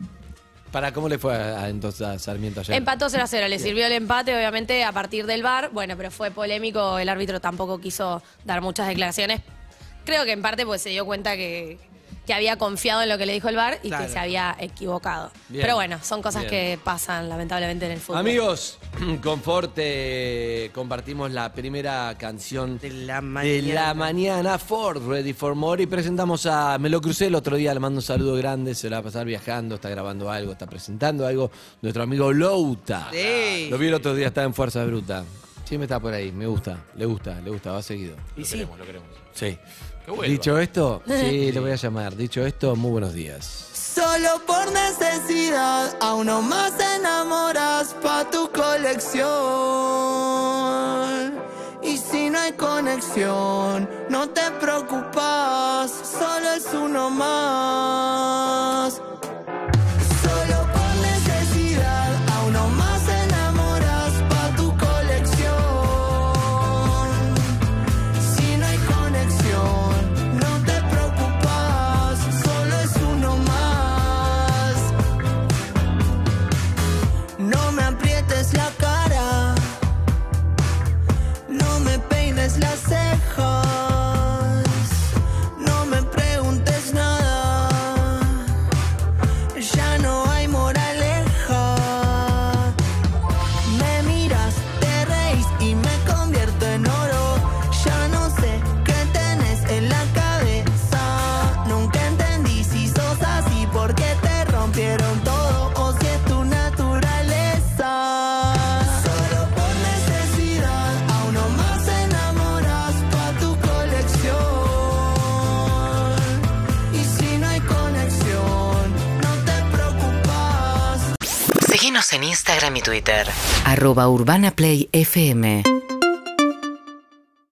S8: ¿Para cómo le fue a, a- entonces a Sarmiento ayer?
S7: Empató 0 a 0, le sirvió el empate, obviamente, a partir del bar. Bueno, pero fue polémico, el árbitro tampoco quiso dar muchas declaraciones. Creo que en parte porque se dio cuenta que, que había confiado en lo que le dijo el bar y
S8: Claro.
S7: que se había equivocado.
S8: Bien.
S7: Pero bueno, son cosas
S8: Bien.
S7: que pasan lamentablemente en el fútbol.
S8: Amigos, con Forte compartimos la primera canción de la
S9: mañana.
S8: mañana, Ford Ready for More. Y presentamos a. Me lo crucé el otro día, le mando un saludo grande. Se la va a pasar viajando, está grabando algo, está presentando algo. Nuestro amigo Louta.
S9: Sí.
S8: Lo vi el otro día, está en Fuerza Bruta. Siempre está por ahí, me gusta, le gusta, le gusta, va seguido.
S9: Y sí.
S10: lo queremos.
S8: Sí.
S10: Que vuelva.
S8: Dicho esto, sí, lo voy a llamar. Dicho esto, muy buenos días.
S18: Solo por necesidad, a uno más te enamoras pa' tu colección. Y si no hay conexión, no te preocupas, solo es uno más. Solo por necesidad, a uno más te enamoras pa' tu colección. Si no hay conexión, no te preocupas, solo es uno más. No me aprietes la cara, no me peines las cejas, no me preguntes nada, ya no hay moraleja. Me miras, te reís y me convierto en oro. Ya no sé qué tenés en la cabeza. Nunca entendí si sos así porque te rompieron todo o si es tu naturaleza. Solo por necesidad, a uno más enamoras pa' tu colección. Y si no hay conexión, no te preocupas.
S19: Seguinos en Instagram y Twitter.
S20: Arroba Urbana Play FM.